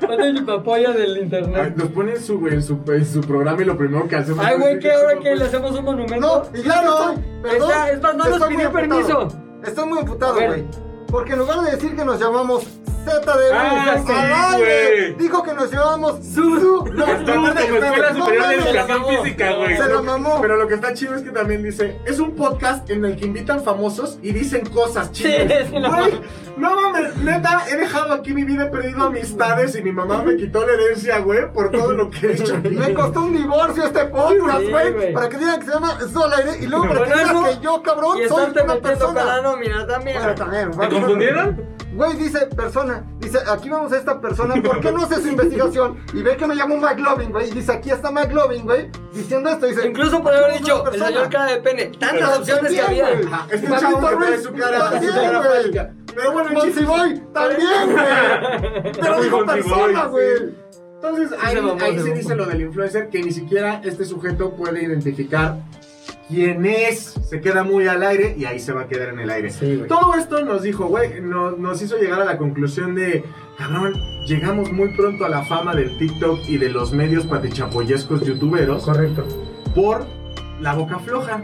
S1: Pati Chupapoya del
S8: Ay,
S1: internet.
S8: Nos ponen su, en, su, en su programa y lo primero que hacemos
S1: Ay, güey,
S8: es
S1: que ahora que
S8: Chapapoy.
S1: le hacemos un
S6: No,
S1: monumento.
S6: y ya no estoy. Perdón,
S1: Está- es más, no nos
S6: estoy muy
S1: pidió
S6: emputado.
S1: permiso.
S6: Estoy muy emputado,
S1: A ver.
S6: güey. Porque en lugar de decir que nos llamamos ZDU,
S7: Ah, sí,
S6: al aire,
S7: güey.
S6: dijo que nos llamamos
S1: Su-
S6: Su. No,
S7: Estuvo
S6: no,
S7: como
S6: no,
S7: escuela
S6: no
S7: superior de
S6: mames.
S7: educación física, güey.
S6: Se lo mamó.
S8: Pero lo que está chido es que también dice, es un podcast en el que invitan famosos y dicen cosas
S1: Sí,
S8: chidas.
S1: sí, no.
S8: Güey, no mames, neta, he dejado aquí mi vida, he perdido amistades y mi mamá me quitó la herencia, güey, por todo lo que he hecho aquí.
S6: Me costó un divorcio este podcast,
S1: Sí,
S6: güey.
S1: güey.
S6: para que digan que se llama Sol Aire y luego para
S1: Bueno,
S6: que digan
S1: eso-
S6: que yo, cabrón,
S1: Y
S6: soy
S1: estarte
S6: una
S1: metiendo
S6: persona.
S1: cada mira también.
S6: Bueno, también,
S7: ¿Te
S6: bueno,
S7: confundieron?
S6: Güey, dice persona. Dice, aquí vamos a esta persona. ¿Por qué no hace su investigación? Y ve que me llamo McLovin, güey. Y dice, aquí está McLovin, güey. Diciendo esto, dice.
S1: Incluso podría haber
S6: "Aquí
S1: dicho
S6: vamos a
S1: el
S6: una
S1: señor
S6: persona".
S1: cara de pene. Tantas opciones que había.
S6: También, güey.
S8: Ajá, Este
S6: Pablito
S8: chavo que trae
S6: Ruiz,
S8: su cara, su
S6: también,
S8: cara
S6: güey.
S8: fálica. Pero bueno, el chiste-
S6: Monsiboy, también, güey. Pero dijo
S7: Monsiboy,
S6: persona,
S7: sí.
S6: güey.
S8: Entonces ahí,
S1: se mamó,
S8: ahí
S1: se
S8: se
S1: mamó.
S8: dice lo del influencer que ni siquiera este sujeto puede identificar quién es. Se queda muy al aire y ahí se va a quedar en el aire.
S1: Sí, güey.
S8: Todo esto nos dijo, güey, nos, nos hizo llegar a la conclusión de, cabrón, llegamos muy pronto a la fama del TikTok y de los medios patichapoyescos youtuberos
S1: Correcto.
S8: por la boca floja.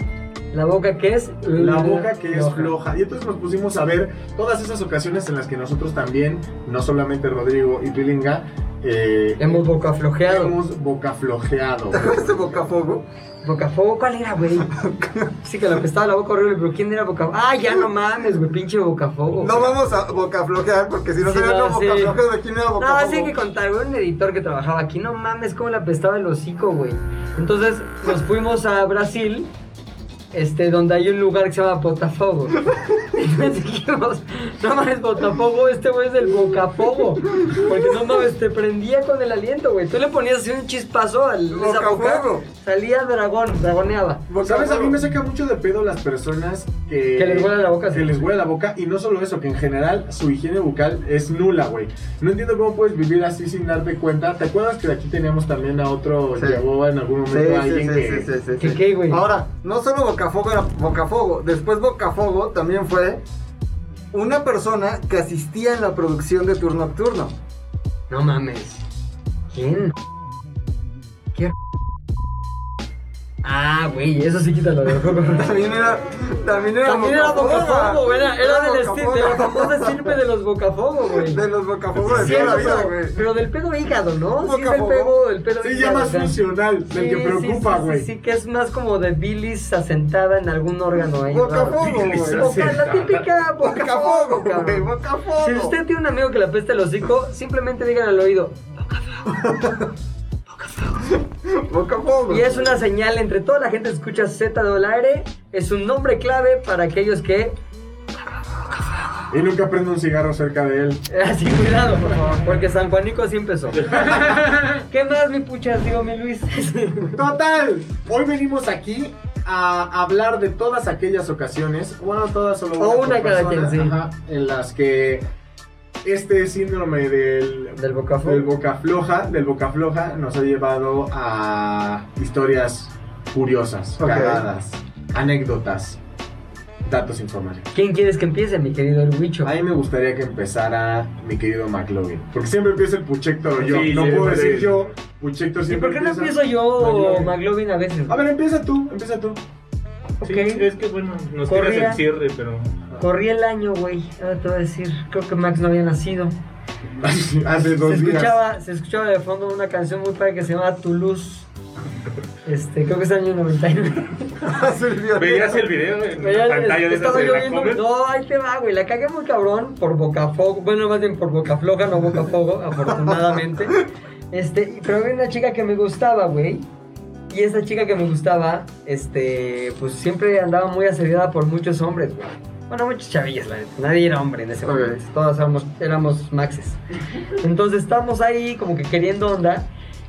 S1: La boca que es.
S8: La boca que es floja. Y entonces nos pusimos a ver todas esas ocasiones en las que nosotros también, no solamente Rodrigo y Pilinga, eh,
S1: Hemos boca flojeado.
S8: hemos boca flojeado.
S6: Este bocafogo.
S1: Boca fuego, ¿cuál era, güey? sí que la pestaba la boca horrible, pero ¿quién era boca Ah, ya no mames, güey, pinche boca fuego.
S6: No vamos a bocaflojear porque si no
S1: Sí,
S6: sería
S1: no,
S6: no,
S1: sí.
S6: bocaflojeo de quién era
S1: No,
S6: bocafogo.
S1: así hay que contar, güey, un editor que trabajaba aquí, no mames, cómo le apestaba el hocico, güey. Entonces nos fuimos a Brasil, este, donde hay un lugar que se llama Botafogo. Entonces dijimos, no mames, Botafogo, este güey es del Bocafogo. Porque no mames, te prendía con el aliento, güey. Tú le ponías así un chispazo al esa boca,
S6: Bocafogo.
S1: salía dragón, dragoneaba.
S8: ¿Sabes? A mí me saca mucho de pedo las personas que...
S1: Que les huele la boca,
S8: Que
S1: sí.
S8: les huele la boca. Y no solo eso, que en general su higiene bucal es nula, güey. No entiendo cómo puedes vivir así sin darte cuenta. ¿Te acuerdas que de aquí teníamos también a otro...
S6: Sí.
S8: Llegó en algún
S6: Sí,
S8: momento a
S6: sí,
S8: alguien
S6: sí,
S8: que...
S6: sí, sí, sí,
S1: ¿Qué
S6: sí.
S1: qué, güey?
S6: Ahora, no solo Bocafogo era Bocafogo, después Bocafogo también fue una persona que asistía en la producción de Turno Nocturno.
S1: No mames. ¿Quién? ¿Qué? Ah, güey, eso sí quítalo del juego.
S6: También era, también era
S1: También era bocafogo, era, era del esti-
S6: Bocafogo.
S1: de la famosa estirpe de los bocafogo, güey.
S6: De los Bocafogo de
S1: Sí,
S6: toda la
S1: pero-
S6: vida, güey.
S1: Pero del pedo hígado, ¿no? Sí, es el
S6: Bocafogo.
S1: pedo, el pedo
S8: Sí,
S1: hígado.
S8: ya más
S1: o sea.
S8: funcional, del que
S1: Sí,
S8: preocupa,
S1: sí, sí,
S8: güey.
S1: Sí, que es más como de bilis asentada en algún órgano ahí. raro.
S6: Bocafogo,
S1: Boca-
S6: güey.
S1: la típica bocafogo,
S6: Bocafogo, güey.
S1: cabrón.
S6: Bocafogo.
S1: Si usted tiene un amigo que le apesta el hocico, simplemente díganle al oído,
S6: Bocafogo.
S1: Y es una señal entre toda la gente que escucha Z de aire, es un nombre clave para aquellos que...
S8: Y nunca prendo un cigarro cerca de él.
S1: Así, cuidado, por favor, porque San Juanico sí empezó. ¿Qué más, mi puchas? Digo, mi Luis.
S8: Total, hoy venimos aquí a hablar de todas aquellas ocasiones, bueno, todas solo
S1: O una
S8: por
S1: cada quien, sí.
S8: ajá, en las que este síndrome del,
S1: Del bocafogo.
S8: del boca floja, del boca floja nos ha llevado a historias curiosas,
S6: Ok.
S8: cagadas, anécdotas. datos informales.
S1: ¿Quién quieres que empiece, mi querido Erwicho?
S8: A mí me gustaría que empezara mi querido McLovin. Porque siempre empieza el Puchector o yo.
S7: Sí,
S8: no
S7: sí,
S8: puedo
S7: sí.
S8: decir yo. Puchector
S1: ¿Y
S8: siempre.
S1: por qué no
S8: empieza-
S1: empiezo yo,
S8: McLovin.
S1: McLovin, a veces?
S8: A ver, empieza tú, empieza tú.
S1: Ok.
S7: Sí, es que bueno, nos
S1: Corría.
S7: tiras el cierre, pero.
S1: Corrí el año, güey. Ahora te voy a decir, creo que Max no había nacido.
S8: Hace
S1: Se
S8: dos días.
S1: escuchaba, se escuchaba de fondo una canción muy padre que se llama Toulouse. Este, creo que es año 99.
S7: Veías el video en
S1: Veía
S7: la
S1: el-
S7: pantalla de esas
S1: estaba
S7: de
S1: yo
S7: la
S1: viendo-
S7: Comer.
S1: No, ahí te va, güey. La cagué muy cabrón por boca fogo. Bueno, más bien por boca floja, no boca fogo, afortunadamente. Este, pero había una chica que me gustaba, güey. Y esa chica que me gustaba, este, pues siempre andaba muy asediada por muchos hombres, güey. Bueno, muchas chavillas, la neta. Nadie era hombre en ese
S8: Ok.
S1: momento. Todos éramos, éramos maxes. Entonces estábamos ahí como que queriendo onda.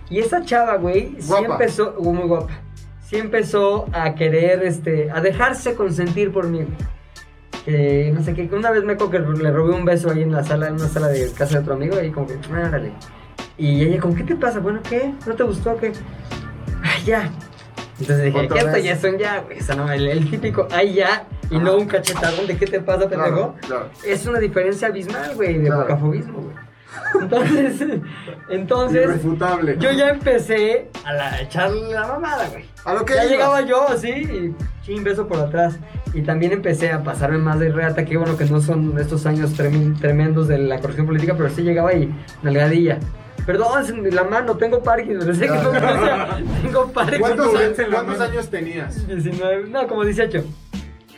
S1: Y esa chava, güey, sí
S6: Guapa.
S1: empezó, oh, muy guapa, sí empezó a querer, este, a dejarse consentir por mí. güey. Que no sé qué, que una vez me acuerdo que le robé un beso ahí en la sala, en una sala de casa de otro amigo, y como que, "Ah, órale. Y ella, como, ¿qué te pasa? Bueno, ¿qué? ¿No te gustó? ¿Qué? Ay, ya. Entonces dije,
S6: Otra
S1: ¿qué esto
S6: vez.
S1: ya son ya, güey? O sea, no, el, el típico, ay, ya, y no un cachetadón de qué te pasa, pendejo
S6: Claro, claro.
S1: es una diferencia abismal, güey, de
S6: Claro.
S1: bocafobismo, güey. Entonces, entonces,
S8: Irrefutable.
S1: yo ya empecé a, la, a echarle la mamada, güey.
S6: A lo que
S1: Ya
S6: iba.
S1: llegaba yo así y ching, beso por atrás. Y también empecé a pasarme más de reata, que bueno, que no son estos años tremi- tremendos de la corrección política, pero sí llegaba y nalgadilla. Perdón, se me- la mano, tengo Parkinson. sé que no, o sea, tengo Parkinson.
S8: ¿Cuántos,
S7: Con tu-
S8: cuántos años tenías?
S1: 19, no, como 18.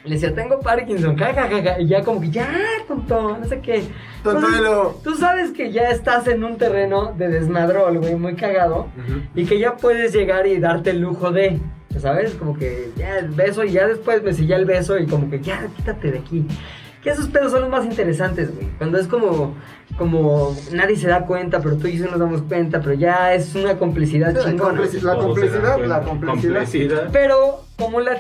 S1: Le decía, tengo Parkinson, jajaja, y ya como que, ya, tonto, no sé qué. Pues,
S6: Tontuelo.
S1: Tú sabes que ya estás en un terreno de desmadrol, güey, muy cagado, y que ya puedes llegar y darte el lujo de, ya ¿sabes? Como que ya el beso, y ya después me silla el beso, y como que, ya, quítate de aquí. Que esos pedos son los más interesantes, güey. Cuando es como, como nadie se da cuenta, pero tú y yo sí nos damos cuenta, pero ya es una complicidad
S6: La
S1: chingona.
S7: Todos se
S6: complici- la
S7: dan
S6: complicidad,
S7: cuenta.
S6: la complicidad.
S1: Pero como la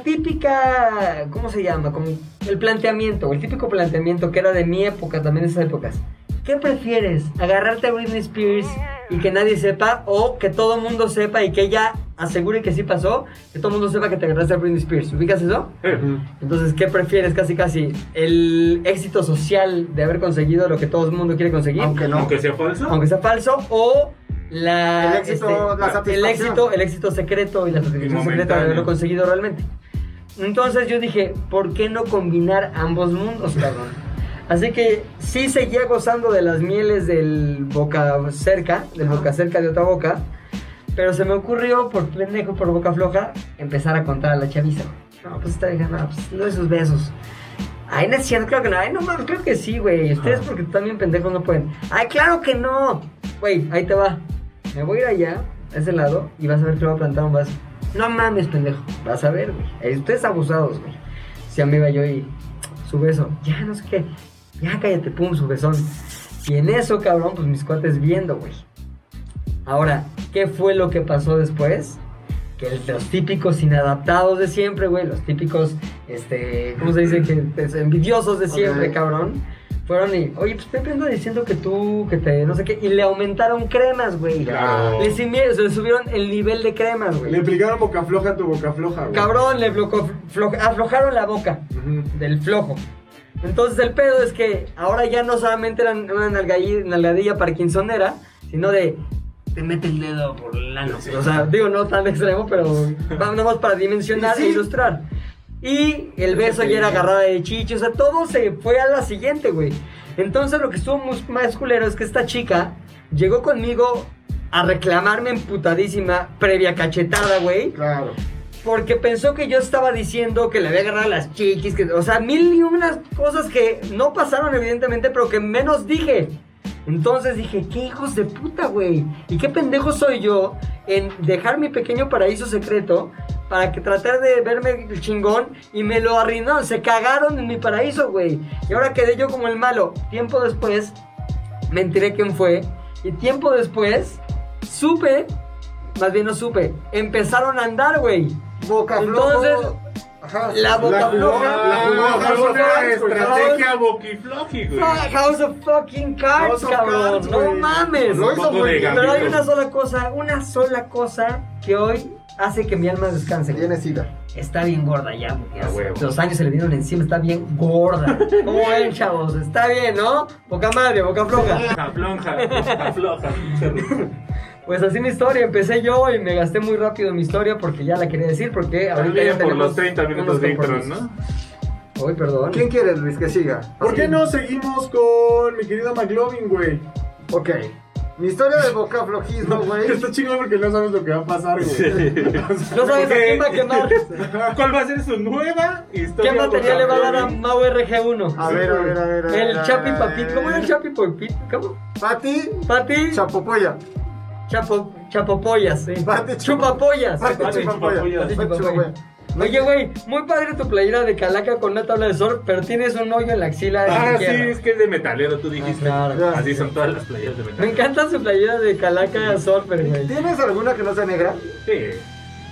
S1: típica, ¿cómo se llama? Como el planteamiento, el típico planteamiento que era de mi época, también de esas épocas. ¿Qué prefieres? ¿Agarrarte a Britney Spears y que nadie sepa o que todo el mundo sepa y que ella asegure que sí pasó? Que todo el mundo sepa que te agarraste a Britney Spears. ¿Ubicas eso?
S6: Eh,
S1: Entonces, ¿qué prefieres? Casi, casi el éxito social de haber conseguido lo que todo el mundo quiere conseguir
S6: Aunque no.
S7: Aunque sea falso.
S1: aunque sea falso, o la,
S6: El éxito, la
S1: el
S6: satisfacción.
S1: éxito, el éxito secreto y la satisfacción secreta de
S7: momentáneo.
S1: haberlo conseguido realmente. Entonces yo dije, ¿por qué no combinar ambos mundos, cabrón? Así que sí seguía gozando de las mieles del boca cerca, del boca cerca de otra boca, pero se me ocurrió, por pendejo, por boca floja, empezar a contar a la chaviza. No, pues está vieja, no, pues no esos besos. Ay, no es cierto, claro que no. Ay, no mames, creo que sí, güey. Ustedes porque también pendejos no pueden. Ay, claro que no. Güey, ahí te va. Me voy a ir allá, a ese lado, y vas a ver que le voy a plantar un vaso. No mames, pendejo. Vas a ver, güey. Ay, Ustedes abusados, güey. Si a mí iba yo y su beso. Ya, no sé qué. Ya, cállate, pum, su besón. Y en eso, cabrón, pues mis cuates viendo, güey. Ahora, ¿qué fue lo que pasó después? Que el- los típicos inadaptados de siempre, güey, los típicos, este, ¿cómo se dice? Que, pues, envidiosos de siempre,
S6: Ok.
S1: cabrón. Fueron y, oye, pues Pepe anda diciendo que tú, que te, no sé qué, y le aumentaron cremas, güey.
S7: Claro.
S1: Le, simi- o sea, le subieron el nivel de cremas,
S8: Le
S1: güey.
S8: aplicaron boca floja a tu boca floja, güey.
S1: Cabrón, le blocó, flo- aflojaron la boca
S8: Ujú.
S1: del flojo. Entonces el pedo es que ahora ya no solamente era una nalgalli- nalgadilla parkinsonera, sino de te mete el dedo por el ano. O sea, digo, no tan extremo, pero va- nada más para dimensionar e ilustrar. Y el beso ya era agarrada de chichi, o sea, todo se fue a la siguiente, güey. Entonces lo que estuvo mus- más culero es que esta chica llegó conmigo a reclamarme emputadísima, previa cachetada, güey.
S6: Claro.
S1: Porque pensó que yo estaba diciendo que le había agarrado las chiquis, que, o sea, mil y unas cosas que no pasaron evidentemente, pero que menos dije. Entonces dije, qué hijos de puta, güey. Y qué pendejo soy yo en dejar mi pequeño paraíso secreto para que tratar de verme el chingón y me lo arruinaron, se cagaron en mi paraíso, güey. Y ahora quedé yo como el malo. Tiempo después me enteré quién fue y tiempo después supe, más bien no supe, empezaron a andar, güey.
S6: Boca
S1: Entonces,
S6: flojo. Ajá.
S1: La boca floja.
S8: la jugó
S1: Ah,
S8: House of Cards, güey.
S7: estrategia boquifloji, güey.
S1: Ah, House of fucking cards,
S8: House of
S1: cabrón.
S8: Cards,
S1: no
S8: güey.
S1: mames.
S6: Lo
S7: Un
S6: hizo
S7: poco
S6: muy
S7: de
S6: bien,
S1: Pero hay
S7: gambito.
S1: una sola cosa, una sola cosa que hoy hace que mi alma descanse. güey.
S6: Tiene sida.
S1: Está bien gorda ya, güey.
S7: A huevo.
S1: Los años se le vinieron encima, está bien gorda. ¿Cómo ven, chavos? Está bien, ¿no? Boca madre, boca floja.
S7: Afloja, afloja.
S1: Pues así mi historia, empecé yo y me gasté muy rápido mi historia porque ya la quería decir porque ahorita ya
S7: También por
S1: tenemos
S7: los 30 minutos
S1: unos
S7: de intro,
S1: compromisos.
S7: ¿no?
S1: Uy, perdón.
S6: ¿Quién quieres, Luis, que siga?
S8: ¿Por qué no seguimos con mi querido McLovin, güey?
S6: Ok. Mi historia de boca flojismo, güey.
S8: Está chingón porque no sabes lo que va a pasar, güey.
S1: No sabes a
S7: Ok.
S1: quién va a quemar.
S7: ¿Cuál va a ser su nueva historia?
S1: ¿Qué material le va a dar a
S7: Boca
S1: Mau RG1?
S6: A ver, a ver, a ver. a ver, a
S1: El
S6: ver,
S1: Chapi
S6: a ver.
S1: Papito. ¿Cómo era el Chapi Papito? ¿Cómo?
S6: Pati,
S1: Pati.
S6: chapopoya.
S1: Chapo, chapopollas. sí.
S6: Pati
S1: Chupapollas.
S6: Pati,
S7: Pati,
S6: chapopoya. Pati, chapopoya.
S1: Oye, güey, muy padre tu playera de calaca con una tabla de surf, pero tienes un hoyo en la axila.
S7: Ah, sí,
S1: izquierda.
S7: es que es de metalero, tú dijiste.
S1: Ah,
S6: claro.
S7: Así son todas las playas de
S1: Me
S7: metalero.
S1: encanta su playera de calaca surfer, güey.
S6: ¿Tienes alguna que no sea negra?
S7: Sí,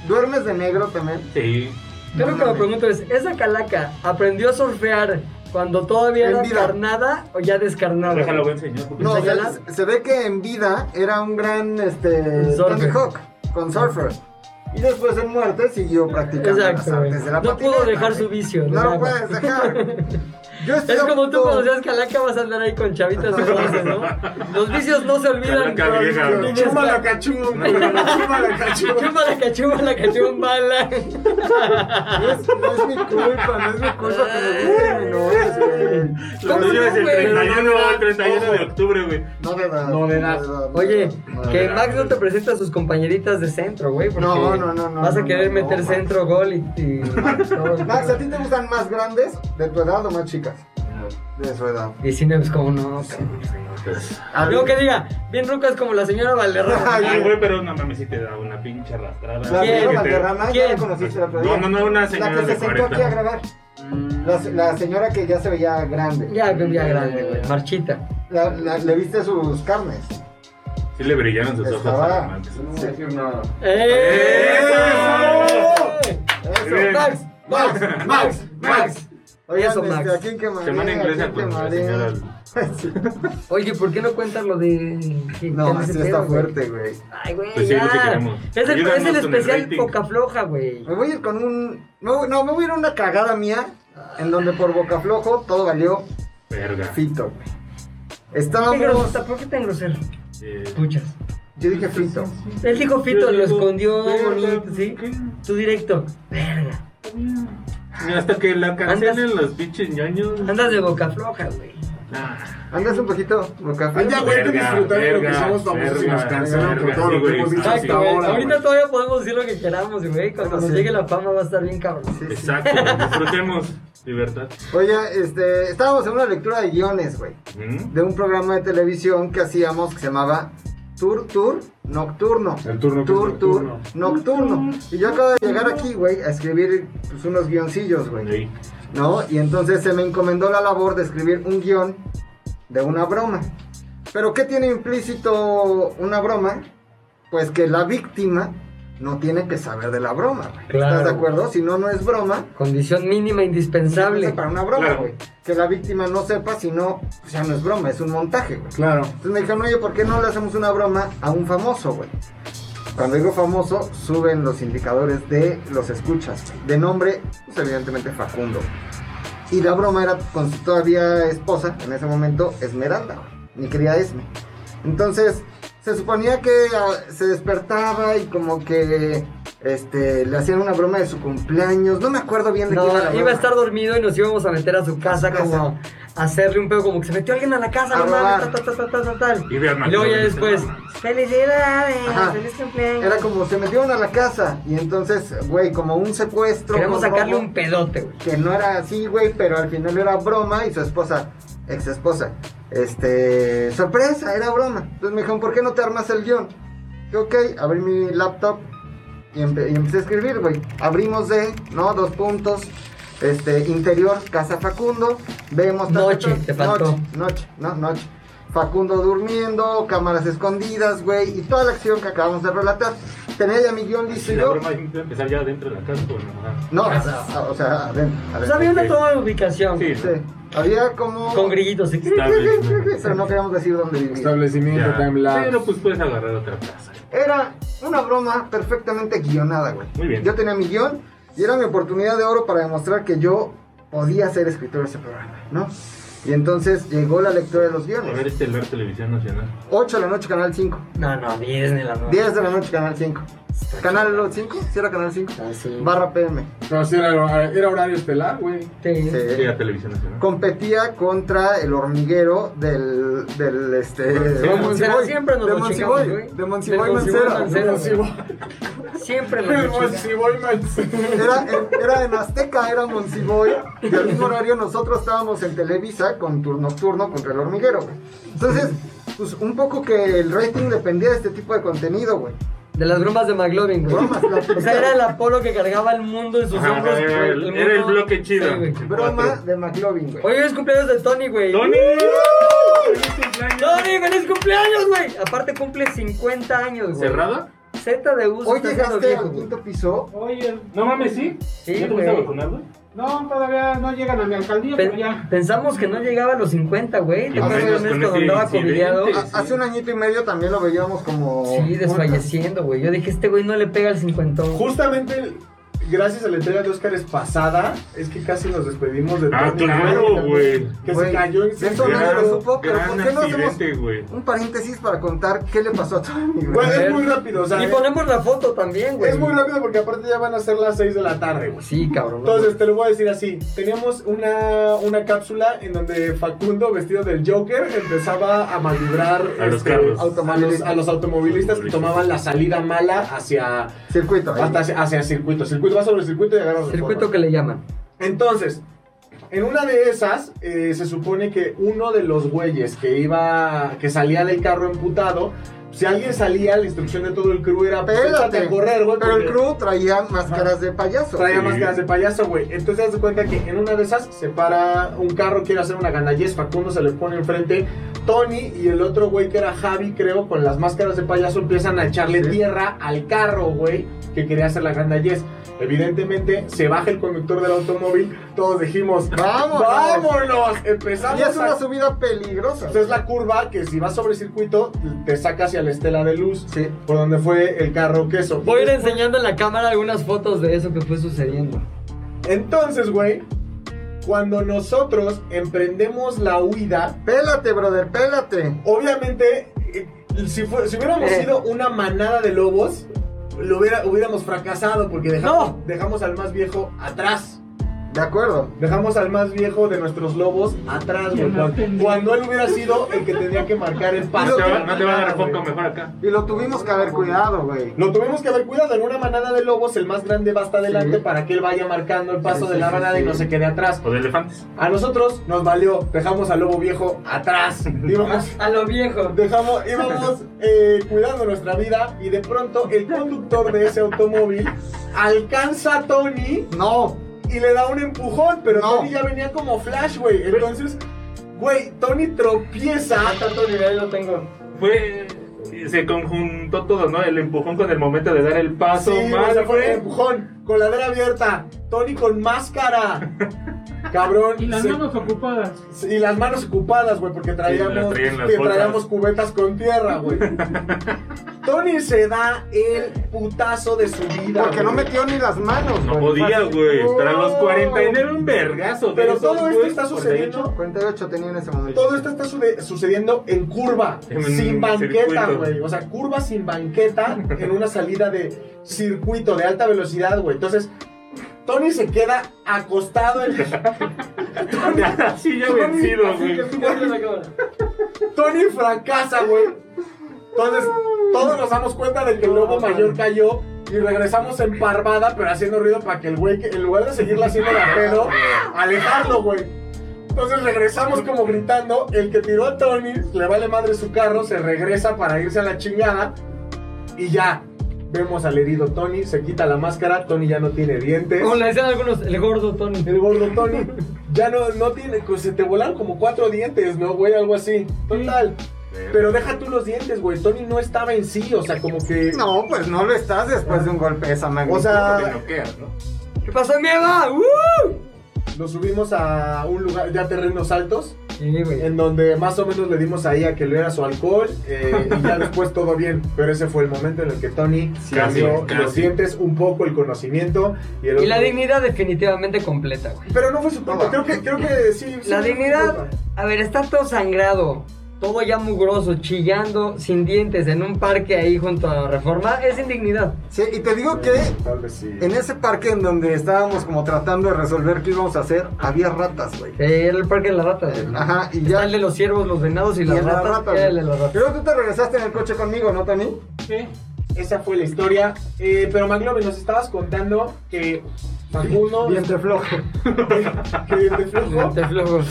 S6: ¿Duermes de negro también?
S7: sí.
S1: Yo lo que me pregunto es, ¿esa calaca aprendió a surfear cuando todavía era
S6: En vida.
S1: encarnada o ya descarnada?
S7: Déjalo, buen señor. porque
S6: No, o
S7: sí.
S6: sea,
S1: ¿Señalar?
S6: se, se ve que en vida era un gran este,
S1: Surfer.
S6: Tony Hawk con surfer. Y después en muerte siguió practicando las
S1: Exacto,
S6: artes
S1: güey.
S6: de
S1: No
S6: la
S1: pudo
S6: patineta,
S1: dejar
S6: güey.
S1: su vicio,
S6: No
S1: ¿no?
S6: lo puedes dejar. Yo estoy
S1: Es
S6: a
S1: como tú
S6: punto-
S1: cuando seas calaca vas a andar ahí con chavitas hermosas, ¿no? Los vicios no se olvidan.
S7: Calaca vieja,
S1: Ni
S7: güey.
S1: mezcla-
S8: Chuma la cachumba, güey. Chuma la cachumba.
S1: Chúpala que chúpala que chumbala.
S6: No es, no es mi culpa, no es mi culpa que me gusten menores, güey.
S7: Lo
S1: ¿Cómo
S7: tuyo
S1: no,
S7: es el
S1: güey?
S7: 31, el 31 de octubre, güey.
S6: No de edad.
S8: No de edad.
S1: Oye,
S6: no de
S1: que
S6: edad.
S1: Max no te presenta a sus compañeritas de centro, güey. porque
S6: No, no, no, no,
S1: Vas a
S6: no,
S1: querer
S6: no,
S1: meter
S6: Max.
S1: centro, gol y. y- todo.
S6: Max, ¿a ti te gustan más grandes de tu edad o más chicas? De su edad.
S1: 19 es como no.
S6: A
S1: Luego
S6: ver,
S1: que diga, bien rucas como la señora Valderrama.
S6: Ay,
S7: Ay,
S6: güey.
S7: güey, pero no mames si te da una pinche arrastrada.
S6: La
S1: ¿Quién?
S7: Que
S6: señora
S7: te-
S6: Valderrama, ya la
S1: ¿Quién?
S6: conociste el otro
S7: No,
S6: día.
S7: no, no, una señora
S6: La que
S7: de
S6: se sentó
S7: 40.
S6: aquí a grabar. La, la señora que ya se veía grande.
S1: Ya, que ya grande, güey. Marchita.
S6: La- la- le viste sus carnes.
S7: Sí le brillaron sus ojos.
S6: Estaba-
S7: alarmantes.
S8: Sí, no.
S6: ¡Eh!
S1: ¡Eso!
S7: Bien.
S1: Max, Max, Max, Max.
S6: Oigan,
S1: Eso,
S6: este,
S1: Max.
S6: ¿a quién quemaría?
S7: Semana
S6: ¿A
S7: inglesa
S6: quién
S7: con la
S6: quemaría?
S7: señora.
S6: Sí.
S1: Oye, ¿por qué no cuentas lo de.? que- que
S6: No,
S1: ese
S6: sí
S1: pedo,
S6: está
S1: güey?
S6: fuerte, güey.
S1: Ay, güey,
S7: Pues sí, es lo que
S1: ya.
S7: queremos.
S1: es el,
S7: Ayúdanos
S1: es el
S7: con el
S1: especial
S7: rating.
S1: Poca Floja, güey.
S6: Me voy a ir con un. No, no, me voy a ir a una cagada mía en donde por boca flojo todo valió
S7: Verga.
S6: fito, güey.
S1: Qué
S6: Estábamos.
S1: grosota, ¿Por qué tan grosero?
S7: Eh,
S1: Puchas.
S6: Yo dije fito.
S1: Él dijo
S7: Yo
S1: Fito, lo
S7: digo,
S1: escondió
S7: verga,
S1: bonito, ¿sí?
S7: pues, ¿qué?
S1: Tú directo. Verga.
S7: Hasta que la cancelen
S1: Andas-
S7: los pinches ñoños.
S1: Andas de boca floja, güey.
S7: Ah,
S6: Andas un poquito boca
S8: Ay,
S6: flojo.
S8: Ah, ya, güey, que
S7: Verga,
S8: disfrutar de lo que
S7: verga,
S8: somos famosos y nos
S7: verga,
S8: cancelan por
S7: verga,
S8: todo
S7: sí,
S8: lo que
S7: güey.
S8: hemos dicho
S7: Exacto,
S8: hasta
S1: güey.
S8: ahora.
S1: Ahorita
S8: güey.
S1: todavía podemos decir lo que queramos, güey. Cuando
S6: Eso
S1: nos
S6: sí.
S1: llegue la fama va a estar bien cabrón.
S6: Sí, sí.
S7: Exacto. Disfrutemos. Libertad.
S6: Oye, este, estábamos en una lectura de guiones, güey.
S7: ¿Mm?
S6: de un programa de televisión que hacíamos que se llamaba Tour Tour Nocturno.
S8: El turno que es
S6: Tour Tour
S8: nocturno.
S6: Nocturno. Y yo acabo de llegar aquí, güey, a escribir pues, unos guioncillos, güey.
S7: Ahí.
S6: ¿No? Y entonces se me encomendó la labor de escribir un guión de una broma. Pero ¿qué tiene implícito una broma? Pues que la víctima no tiene que saber de la broma. güey.
S1: Claro.
S6: ¿Estás de acuerdo? Si no, no es broma.
S1: Condición mínima indispensable.
S6: Para una broma,
S7: Claro.
S6: güey. Que la víctima no sepa, si no, pues ya no es broma, es un montaje, güey.
S8: Claro.
S6: Entonces me dijeron, oye, ¿por qué no le hacemos una broma a un famoso, güey? Cuando digo famoso, suben los indicadores de los escuchas, güey. de nombre, pues evidentemente Facundo. Y la broma era con su todavía esposa, en ese momento, Esmeralda, güey, mi querida Esme. Entonces, se suponía que ah, se despertaba y como que este, le hacían una broma de su cumpleaños. No me acuerdo bien de qué
S1: No,
S6: iba la
S1: iba
S6: broma.
S1: a estar dormido y nos íbamos a meter a su casa
S6: Casa.
S1: como a hacerle un pedo como que se metió alguien a la casa,
S6: A
S1: no mames,
S6: robar.
S1: tal, tal, tal, tal, tal, tal.
S7: Y ve al
S1: luego ya
S7: McLovin,
S1: después,
S7: se llama.
S1: felicidades,
S6: Ajá.
S1: feliz cumpleaños.
S6: Era como se metieron a la casa y entonces, güey, como un secuestro.
S1: Queremos
S6: con
S1: sacarle
S6: robo.
S1: un pedote, güey.
S6: que no era así, güey, pero al final era broma y su esposa, ex esposa, este, sorpresa, era broma. Entonces me dijeron, ¿por qué no te armas el guión? Dije, ok, abrí mi laptop y, empe- y empecé a escribir, güey. Abrimos de, ¿no? Dos puntos. Este, interior, casa Facundo. Vemos ta, ta, ta,
S1: Noche, te faltó.
S6: Noche, noche, no, noche. Facundo durmiendo, cámaras escondidas, güey, y toda la acción que acabamos de relatar. Tenía ya mi guión listo y
S7: La
S6: yo.
S7: broma tiene que empezar ya dentro de la casa. ¿o no? Ah.
S6: No, o sea, adentro.
S1: Pues
S6: adentro.
S1: había una toma de ubicación
S7: Sí,
S6: Sí, había como.
S1: con grillitos. ¿sí?
S7: Estable.
S6: Pero no queríamos decir dónde vivía.
S8: Establecimiento,
S7: Ya. pues,
S8: timelapse.
S7: Pero pues puedes agarrar otra casa.
S6: Era Una broma perfectamente guionada, güey.
S7: Muy bien.
S6: Yo tenía mi guión y era mi oportunidad de oro para demostrar que yo podía ser escritor de ese programa, ¿no? Y entonces llegó la lectura de los
S7: A ver
S6: guiones.
S7: este Lar Televisión Nacional.
S6: 8 de la noche, Canal 5.
S1: No, no, 10 ni la noche.
S6: 10 de la noche, Canal 5. ¿Canal 5? ¿Sí era Canal 5?
S1: Ah, sí.
S6: Barra PM.
S8: Pero sí era, era horario estelar, güey.
S1: Sí.
S6: Sí.
S7: Sí, a Televisión Nacional.
S6: Eh, competía contra el hormiguero del, del este
S1: Sí,
S6: de
S1: Mancera,
S6: Monsiboy,
S1: siempre nos
S6: de
S1: lo
S6: Monsiboy,
S1: chingamos, güey.
S6: de Monsiboy
S1: Del Monsiboy
S6: Mancera.
S1: Mancera.
S8: Si voy,
S1: Siempre nos lo chinga.
S8: si voy mal.
S6: Era, en- era en Azteca, era Monsiboy, y al mismo horario nosotros estábamos en Televisa con turno nocturno contra el hormiguero, güey. Entonces, pues un poco que el rating dependía de este tipo de contenido, güey.
S1: De las bromas de McLovin, güey.
S6: Bromas, la-
S1: O sea, era el Apolo que cargaba el mundo en sus
S7: Ajá,
S1: hombros.
S7: era
S1: güey,
S7: el-
S1: mundo-
S7: era el bloque chido.
S1: Sí, güey.
S6: Broma
S7: Cuatro.
S6: de McLovin, güey.
S1: Hoy es cumpleaños de Tony, güey.
S7: ¡Tony! ¡Feliz cumpleaños!
S1: ¡Tony, feliz cumpleaños, güey! Aparte cumple 50 años, güey.
S7: ¿Cerrada?
S1: Z de uso.
S6: Hoy
S1: está haciendo
S6: llegaste
S1: viejo,
S6: al
S1: güey.
S6: quinto piso.
S9: Oye,
S7: No mames, ¿sí?
S1: Sí,
S7: ¿Ya te
S1: güey.
S7: fuiste a vacunar, güey?
S9: no, todavía no llegan a mi alcaldía,
S1: Pe-
S9: pero ya.
S1: pensamos que no llegaba a los 50, güey. ¿Te
S7: Y
S1: acuerdas de
S6: menos
S1: un mes
S7: con
S1: cuando
S7: ese
S1: andaba
S7: incidente. Ah,
S1: covidiado?
S6: A- Ah, Hace un añito y medio también lo veíamos como...
S1: Sí, desfalleciendo, güey. Yo dije, este güey no le pega al 50.
S8: Justamente gracias a la entrega de Óscares pasada, es que casi nos despedimos de
S7: Ah,
S8: Tony,
S7: claro, güey.
S8: Que
S6: Güey,
S8: se cayó en
S6: de eso
S8: serio.
S6: nadie lo supo, pero
S7: gran
S6: ¿por qué no hacemos-
S7: accidente, güey.
S6: un paréntesis para contar qué le pasó a Tony, güey.
S8: Bueno, eh, es muy rápido, o sea,
S7: eh.
S1: Y ponemos la foto también, güey.
S8: es muy rápido porque aparte ya van a ser las 6 de la tarde, güey.
S1: Sí, cabrón. no,
S8: Entonces, te lo voy a decir así. Teníamos una, una cápsula en donde Facundo, vestido del Joker, empezaba a malibrar
S7: A los carros.
S8: automovilistas, a los automovilistas que tomaban la salida mala hacia,
S6: Circuito. ahí.
S8: hasta hacia, hacia circuito. Circuito va sobre circuito y agarra su
S1: Circuito
S8: forma.
S1: que le llaman.
S8: Entonces, en una de esas, eh, se supone que uno de los güeyes que iba, que salía del carro emputado, si alguien salía, la instrucción de todo el crew era, pues, échate
S6: Espérate.
S8: a correr, güey.
S6: Pero el
S8: porque-
S6: crew traía máscaras de payaso.
S8: Traía
S7: Sí.
S8: máscaras de payaso, güey. Entonces, haz de cuenta que en una de esas se para un carro, quiere hacer una ganallez. Facundo se le pone enfrente. Tony y el otro güey que era Javi, creo, con las máscaras de payaso empiezan a echarle
S6: Sí.
S8: tierra al carro, güey, que quería hacer la ganallez. Evidentemente, se baja el conductor del automóvil. Todos dijimos,
S6: Vámonos.
S8: ¡Vámonos!
S6: Y
S8: Empezamos
S6: es una
S8: a
S6: subida peligrosa.
S8: esta es la curva que si vas sobre circuito te saca hacia la estela de luz,
S6: Sí.
S8: por donde fue el carro queso.
S1: Voy a ir enseñando en la cámara algunas fotos de eso que fue sucediendo.
S8: Entonces, güey, cuando nosotros emprendemos la huida,
S6: Pélate, brother, pélate.
S8: obviamente, eh, si, fue- si hubiéramos
S1: Eh.
S8: sido una manada de lobos, lo hubiera- hubiéramos fracasado porque dejamos,
S1: No.
S8: dejamos al más viejo atrás.
S6: De acuerdo.
S8: Dejamos al más viejo de nuestros lobos atrás, güey. Cuando, cuando él hubiera sido el que tenía que marcar el
S7: No
S8: paso.
S7: te va, no te va a dar
S8: Güey.
S7: foco mejor acá.
S6: Y lo tuvimos que haber cuidado, güey.
S8: Lo tuvimos que haber cuidado. En una manada de lobos, el más grande va hasta adelante
S6: Sí.
S8: para que él vaya marcando el paso
S6: Sí,
S8: de la
S6: sí, sí,
S8: manada
S6: sí.
S8: y no se quede atrás.
S7: O de elefantes.
S8: A nosotros nos valió. Dejamos al lobo viejo atrás. Íbamos.
S1: A lo viejo.
S8: Dejamos, íbamos eh, cuidando nuestra vida y de pronto el conductor de ese automóvil alcanza a Tony
S6: No.
S8: y le da un empujón, pero
S6: No.
S8: Tony ya venía como flash, güey. Entonces, güey, Tony tropieza.
S1: Ah, Tanto nivel lo tengo.
S7: Fue. Se conjuntó todo, ¿no? El empujón con el momento de dar el paso.
S8: Sí,
S7: más,
S8: o sea, fue
S7: güey.
S8: empujón, coladera abierta, Tony con máscara. Cabrón.
S9: Y las
S8: se-
S9: manos ocupadas.
S8: y las manos ocupadas, güey, porque
S7: las
S8: traíamos,
S7: traía en las
S8: que
S7: bolsas.
S8: traíamos cubetas con tierra, güey. Tony se da el putazo de su vida.
S6: Porque no
S8: güey.
S6: metió ni las manos,
S7: No
S6: güey.
S7: podía, güey. Para los
S8: No.
S7: 49 era un vergazo. de
S8: Pero
S7: esos,
S8: todo esto
S7: güey,
S8: está
S7: 48.
S8: sucediendo.
S6: 48 tenía en ese momento.
S8: Todo esto está sude- sucediendo en curva,
S7: En
S8: sin banqueta,
S7: circuito.
S8: güey. O sea, curva sin banqueta en una salida de circuito de alta velocidad, güey. Entonces, Tony se queda acostado en
S7: Así ya vencido, güey.
S8: Tony fracasa, güey. Entonces, todos nos damos cuenta de que el lobo mayor cayó y regresamos en parvada, pero haciendo ruido para que el güey, que- en lugar de seguirle haciendo la pedo, alejarlo, güey. Entonces regresamos como gritando, el que tiró a Tony, le vale madre su carro, se regresa para irse a la chingada y ya. Vemos al herido Tony, se quita la máscara, Tony ya no tiene dientes.
S1: Como le decían algunos, el gordo Tony.
S8: El gordo Tony ya no, no tiene, pues, se te volaron como cuatro dientes, ¿no, güey? Algo así. Total. Pero deja tú los dientes, güey. Tony no estaba en sí, o sea, como que.
S6: No, pues no lo estás después de un golpe de esa magnitud.
S8: O
S7: Te
S8: sea,
S7: noqueas, ¿no?
S1: ¿Qué pasó, mi Eva? ¡Uh!
S8: lo subimos a un lugar, ya terrenos altos.
S1: Sí, güey.
S8: en donde más o menos le dimos ahí a que le era su alcohol eh, y ya después todo bien. Pero ese fue el momento en el que Tony
S7: Sí,
S8: cambió
S7: casi,
S8: los
S7: casi.
S8: dientes, un poco el conocimiento y el
S1: Y la
S8: otro-
S1: dignidad definitivamente completa, güey.
S8: Pero no fue su culpa. Creo que, creo que sí. sí,
S1: La
S8: no fue su
S1: dignidad,
S8: culpa.
S1: a ver, estar todo sangrado, todo ya mugroso, chillando, sin dientes, en un parque ahí junto a Reforma, es indignidad.
S6: Sí, y te digo que
S8: Tal vez sí.
S6: en ese parque en donde estábamos como tratando de resolver qué íbamos a hacer, había ratas, güey.
S1: Eh, era el parque de las ratas. güey.
S6: Ajá, y
S1: Está
S6: ya.
S1: el de los ciervos, los venados y
S6: y
S1: las
S6: las
S1: ratas. era
S6: ratas, güey.
S1: el de las ratas.
S6: Creo que tú te regresaste en el coche conmigo, ¿no, Tony?
S9: Sí.
S8: Esa fue la historia. Eh, pero Maglobe, nos estabas contando que Facundo.
S6: Diente flojo.
S8: este, que diente flojo.
S1: Te flojo.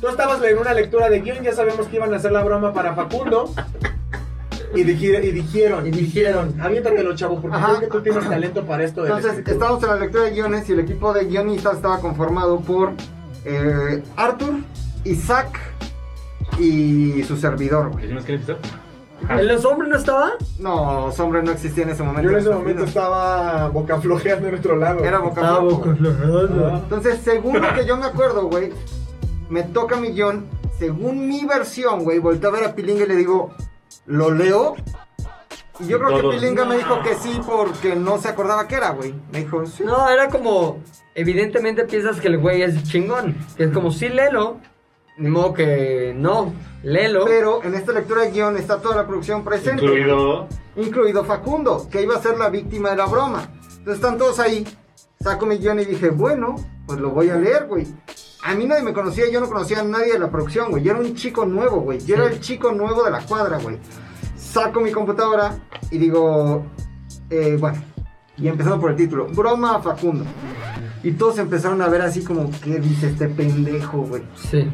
S8: Tú estabas en una lectura de guión, ya sabemos que iban a hacer la broma para Facundo. Y, digi- y dijeron,
S1: Y dijeron.
S8: aviéntatelo, chavo, porque
S6: Ajá.
S8: creo que tú tienes talento para esto. de la
S6: Entonces,
S8: escritura".
S6: estábamos en la lectura de guiones y el equipo de guionistas estaba conformado por eh, Arthur, Isaac y su servidor, güey.
S7: ¿Decimos que episodio?
S1: ¿En los hombres no estaba?
S6: No, hombre, no existía en ese momento.
S8: Yo en ese momento estaba boca flojeando en otro lado.
S6: Era boca flojo, güey.
S8: Ah.
S6: Entonces, según lo que yo me acuerdo, güey, me toca mi guión. Según mi versión, güey, volteé a ver a Pilinga y le digo, ¿lo leo? Y yo
S7: Y
S6: creo que
S7: todos,
S6: Pilinga me
S7: "No".
S6: dijo que sí porque no se acordaba que era, güey. Me dijo, sí.
S1: No, era como. Evidentemente piensas que el güey es chingón. Que es como, sí, lelo. Ni modo que no. Lelo.
S6: Pero en esta lectura de guión está toda la producción presente.
S7: Incluido.
S6: incluido Facundo, que iba a ser la víctima de la broma. Entonces están todos ahí. Saco mi guión y dije, bueno, pues lo voy a leer, güey. A mí nadie me conocía, yo no conocía a nadie de la producción, güey. Yo era un chico nuevo, güey. Yo era el chico nuevo de la cuadra, güey. Saco mi computadora y digo, eh, bueno, y empezando por el título, broma a Facundo. Y todos empezaron a ver así como, ¿qué dice este pendejo, güey?
S1: Sí.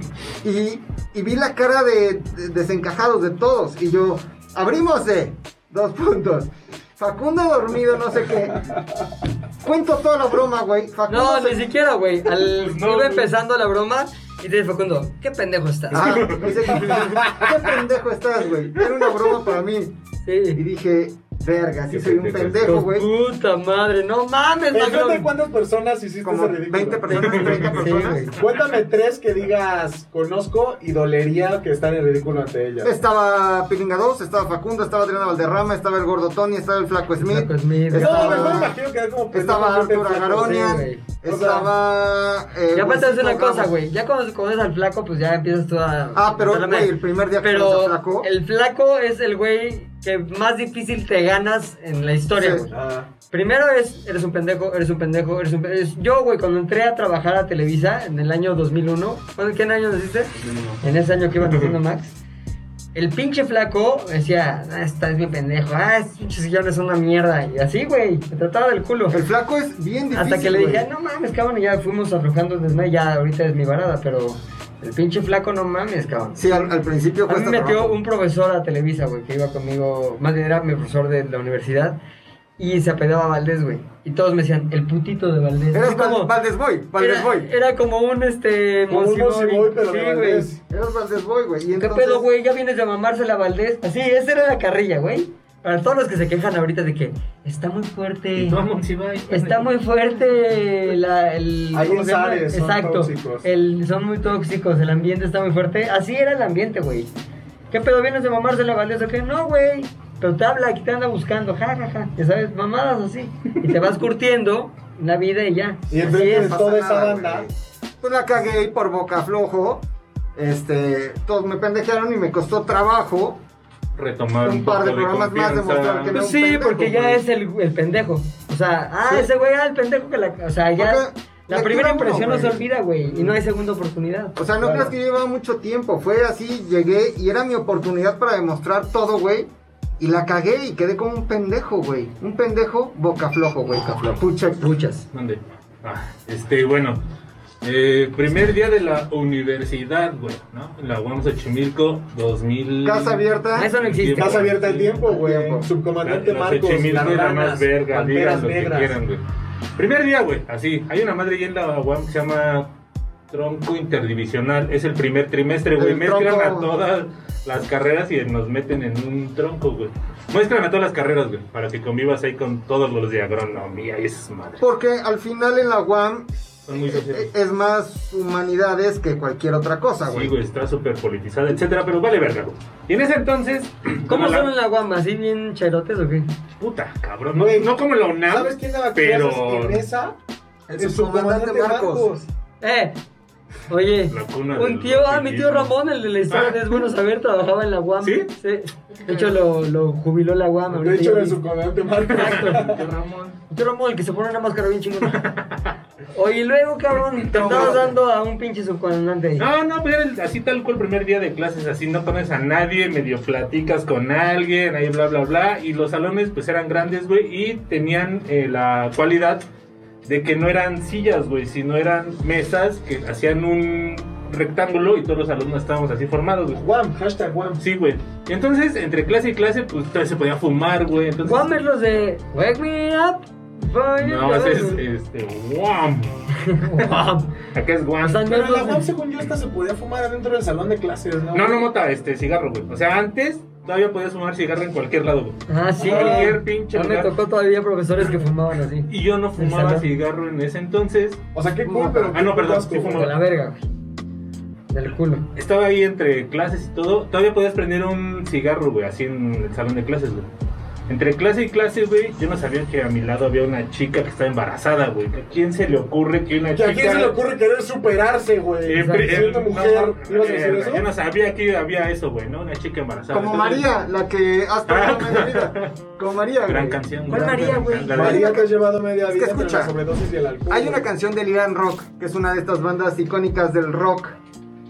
S6: Y, y vi la cara de, de- desencajados de todos. Y yo, abrimos eh! de dos puntos. Facundo dormido, no sé qué. Cuento toda la broma, güey.
S1: No,
S6: Facundo se-
S1: ni siquiera, güey. Al...
S7: No,
S1: iba
S7: güey.
S1: empezando la broma y te dice Facundo, qué pendejo estás.
S6: Ah, dice, qué pendejo estás, güey. Era una broma para mí. Y
S1: sí.
S6: dije, verga, sí
S7: Qué
S6: soy un
S7: pendejo
S6: pendejo, güey.
S1: Puta madre, no mames,
S8: ¿En frente de
S1: Macron.
S8: cuántas personas hiciste
S6: Como
S8: ese ridículo?
S6: 20 personas, 30
S1: Sí,
S6: personas.
S1: güey.
S8: Cuéntame tres que digas conozco y dolería que están en ridículo ante ellas.
S6: Estaba Pilinga 2, estaba Facundo, estaba Adriana Valderrama, estaba el Gordo Tony, estaba el Flaco Smith.
S1: Flaco Smith.
S8: No,
S6: estaba-
S8: mejor imagino que era como
S1: Pues
S8: pendejo
S6: Estaba
S8: frente a
S6: Arturo
S8: frente.
S1: Agaronia.
S6: Agaronian,
S1: güey.
S6: estaba... eh,
S1: Ya aparte es
S6: Juancito
S1: una cosa,
S6: Ramos.
S1: güey. Ya cuando conoces al flaco, pues ya empiezas tú a.
S6: Ah, pero,
S1: Perdóname.
S6: güey, el primer día que
S1: Pero
S6: conoces al flaco.
S1: El flaco es el güey que más difícil te ganas en la historia,
S6: Sí.
S1: güey.
S8: Ah,
S1: Primero es, eres un pendejo, eres un pendejo, eres un pendejo. Yo, güey, cuando entré a trabajar a Televisa en el año 2001, ¿cuándo- ¿qué año naciste? En ese año que iba naciendo Max. El pinche flaco decía, ah, esta es mi pendejo, ah, estos pinches guiones son una mierda. Y así, güey, me trataba del culo.
S6: El flaco es bien difícil.
S1: Hasta que le dije, "Ah,
S6: güey.
S1: no mames, cabrón, y ya fuimos aflojando desde ya ahorita es mi varada, pero el pinche flaco no mames, cabrón.
S6: Sí, al, al principio
S1: A mí
S6: cuesta
S1: me metió
S6: trabajo.
S1: un profesor a Televisa, güey, que iba conmigo, más bien era mi profesor de la universidad, y se apedaba a Valdés, güey. Y todos me decían, el putito de Valdés.
S6: Eras
S1: Así
S6: Val-
S1: como-
S6: Valdés Boy, Valdés
S1: era,
S6: Boy.
S1: era como un, este,
S8: Como un
S1: Monsignori.
S8: Monsignori, pero de
S1: Sí, güey.
S8: Valdés.
S6: Eras Valdés Boy, güey. y
S1: ¿Qué
S6: entonces-
S1: pedo, güey? Ya vienes de mamársela a Valdés. Así, esa era la carrilla, güey. Para todos los que se quejan ahorita de que está muy fuerte.
S7: Y todo si va.
S1: Está muy fuerte la, el...
S8: Hay
S1: ¿cómo se llama?
S8: ensares, son
S1: Exacto.
S8: tóxicos.
S1: El, son muy tóxicos, el ambiente está muy fuerte. Así era el ambiente, güey. ¿Qué pedo vienes de mamarse la Valdés o qué? No, güey. Pero te habla, aquí te anda buscando, ja, ja, ja. Ya sabes, mamadas así. Y te vas curtiendo la vida y ya. así
S8: Y enfrente de
S1: es.
S6: pasa
S8: toda esa
S6: nada,
S8: banda.
S6: güey. Pues la cagué y por boca flojo. Este, todos me pendejaron y me costó trabajo.
S7: Retomar
S6: Un par de programas más demostrar que
S1: Pues
S6: un
S1: sí,
S6: pendejo,
S1: porque ya
S6: güey.
S1: es el, el pendejo. O sea, ah,
S6: Sí.
S1: ese güey, ah, el pendejo que la... O sea, ya...
S6: Porque
S1: la
S6: lectura
S1: primera
S6: uno,
S1: impresión no se
S6: güey. Pues,
S1: olvida, güey. Y no hay segunda oportunidad.
S6: O sea, no creas que yo llevaba mucho tiempo. Fue así, llegué y era mi oportunidad para demostrar todo, güey. Y la cagué y quedé como un pendejo, güey. Un pendejo boca flojo, güey. Pucha, puchas.
S7: ¿Dónde? Ah, este, bueno. Eh, primer día de la universidad, güey, ¿no? La UAM Xochimilco 2000.
S6: Casa abierta.
S1: Eso no existe.
S8: Casa abierta el tiempo, güey.
S6: Tiempo.
S8: Subcomandante
S7: La- la
S8: Marcos.
S7: Xochimilco era
S8: Larranas,
S7: más verga, digan
S8: Panteras
S7: lo que
S8: negras.
S7: quieran, güey. Primer día, güey, así. Hay una madre ahí en la UAM que se llama Tronco Interdivisional. Es el primer trimestre, güey.
S6: El
S7: Mezclan
S6: tronco.
S7: a todas las carreras y nos meten en un tronco, güey. Muestran a todas las carreras, güey, para que convivas ahí con todos los de agronomía y esas madres.
S6: Porque al final en la UAM
S7: Son muy
S6: Eh,
S7: sociales.
S6: Es más humanidades que cualquier otra
S8: Ah,
S6: cosa,
S7: Sí,
S6: güey.
S7: güey, está súper politizada, etcétera, pero vale verga, güey. Y en ese entonces.
S1: ¿Cómo
S7: como
S1: son
S7: la
S1: en la guamba? ¿Así bien cherotes o qué?
S7: Puta, cabrón. No, no como la UNAM.
S8: ¿Sabes quién daba
S7: pero...
S8: clases en esa?
S6: El
S8: El
S6: subcomandante
S8: subcomandante Marcos.
S6: Marcos.
S1: Eh, oye,
S7: La cuna
S1: un
S7: del
S1: tío, ah, mi tío
S7: roquinismo.
S1: Ramón, el de la historia
S7: Ah.
S1: de es bueno saber, trabajaba en la guam.
S7: ¿Sí?
S1: De hecho, lo, lo jubiló la guam.
S7: Ah,
S8: De
S1: ahorita
S8: hecho,
S1: ya
S8: el
S1: vi.
S8: subcomandante Marcos.
S1: Mi tío Ramón, el que se pone una máscara bien chingona. Oye, y luego, cabrón, te estabas dando a un pinche subcomandante ahí.
S7: No, no, pero el- así tal cual el primer día de clases, así no conoces a nadie, medio platicas con alguien, ahí bla, bla, bla. Y los salones pues eran grandes, güey, y tenían eh, la cualidad de que no eran sillas, güey, sino eran mesas que hacían un rectángulo y todos los alumnos estábamos así formados, güey.
S8: Guam, hashtag Guam.
S7: Sí, güey. Y Entonces, entre clase y clase, pues todavía se podía fumar, güey. Entonces,
S1: Guam eh, es los de Wake Me Up. boy,
S7: No, ese es este, guam.
S1: Guam.
S7: Acá es guam.
S1: Están
S8: Pero en la
S1: viendo-
S8: Guam, según yo, esta se podía fumar adentro del salón de clases, ¿no?
S7: No, no mota, este cigarro, güey. O sea, antes todavía podías fumar cigarro en cualquier lado, güey.
S1: Ah, sí.
S7: Cualquier pinche
S1: Ya me
S7: lugar.
S1: tocó todavía profesores que fumaban así.
S7: Y yo no
S1: El
S7: fumaba
S1: salón.
S7: cigarro en ese entonces.
S8: O sea, qué
S1: No,
S8: cool, pero.
S7: ah, no, perdón,
S8: qué
S7: sí
S8: asco,
S7: fumaba.
S1: De la verga, güey. Del culo.
S7: Estaba ahí entre clases y todo. Todavía podías prender un cigarro, güey, así en el salón de clases, güey. Entre clase y clase, güey, yo no sabía que a mi lado había una chica que estaba embarazada, güey. ¿A quién se le ocurre que una
S8: ¿Que
S7: chica...
S8: a quién se le ocurre querer superarse, güey?
S7: Eh, pri-
S8: Siendo
S7: eh,
S8: Este, mujer,
S7: no,
S8: ¿ibas a decir
S7: eh,
S8: eso?
S7: Yo no sabía que había eso, güey, ¿no? Una chica embarazada.
S6: Como
S7: Entonces,
S6: María, la que has
S7: Ah.
S6: perdido media vida. Como María, güey.
S7: Gran canción,
S1: ¿Cuál
S7: gran-
S1: María, güey?
S7: la de-
S8: María te has llevado media
S6: Es que
S8: vida
S6: escucha,
S8: entre la sobredosis y el alcohol.
S6: Hay una
S8: güey.
S6: canción del Irán Rock, que es una de estas bandas icónicas del rock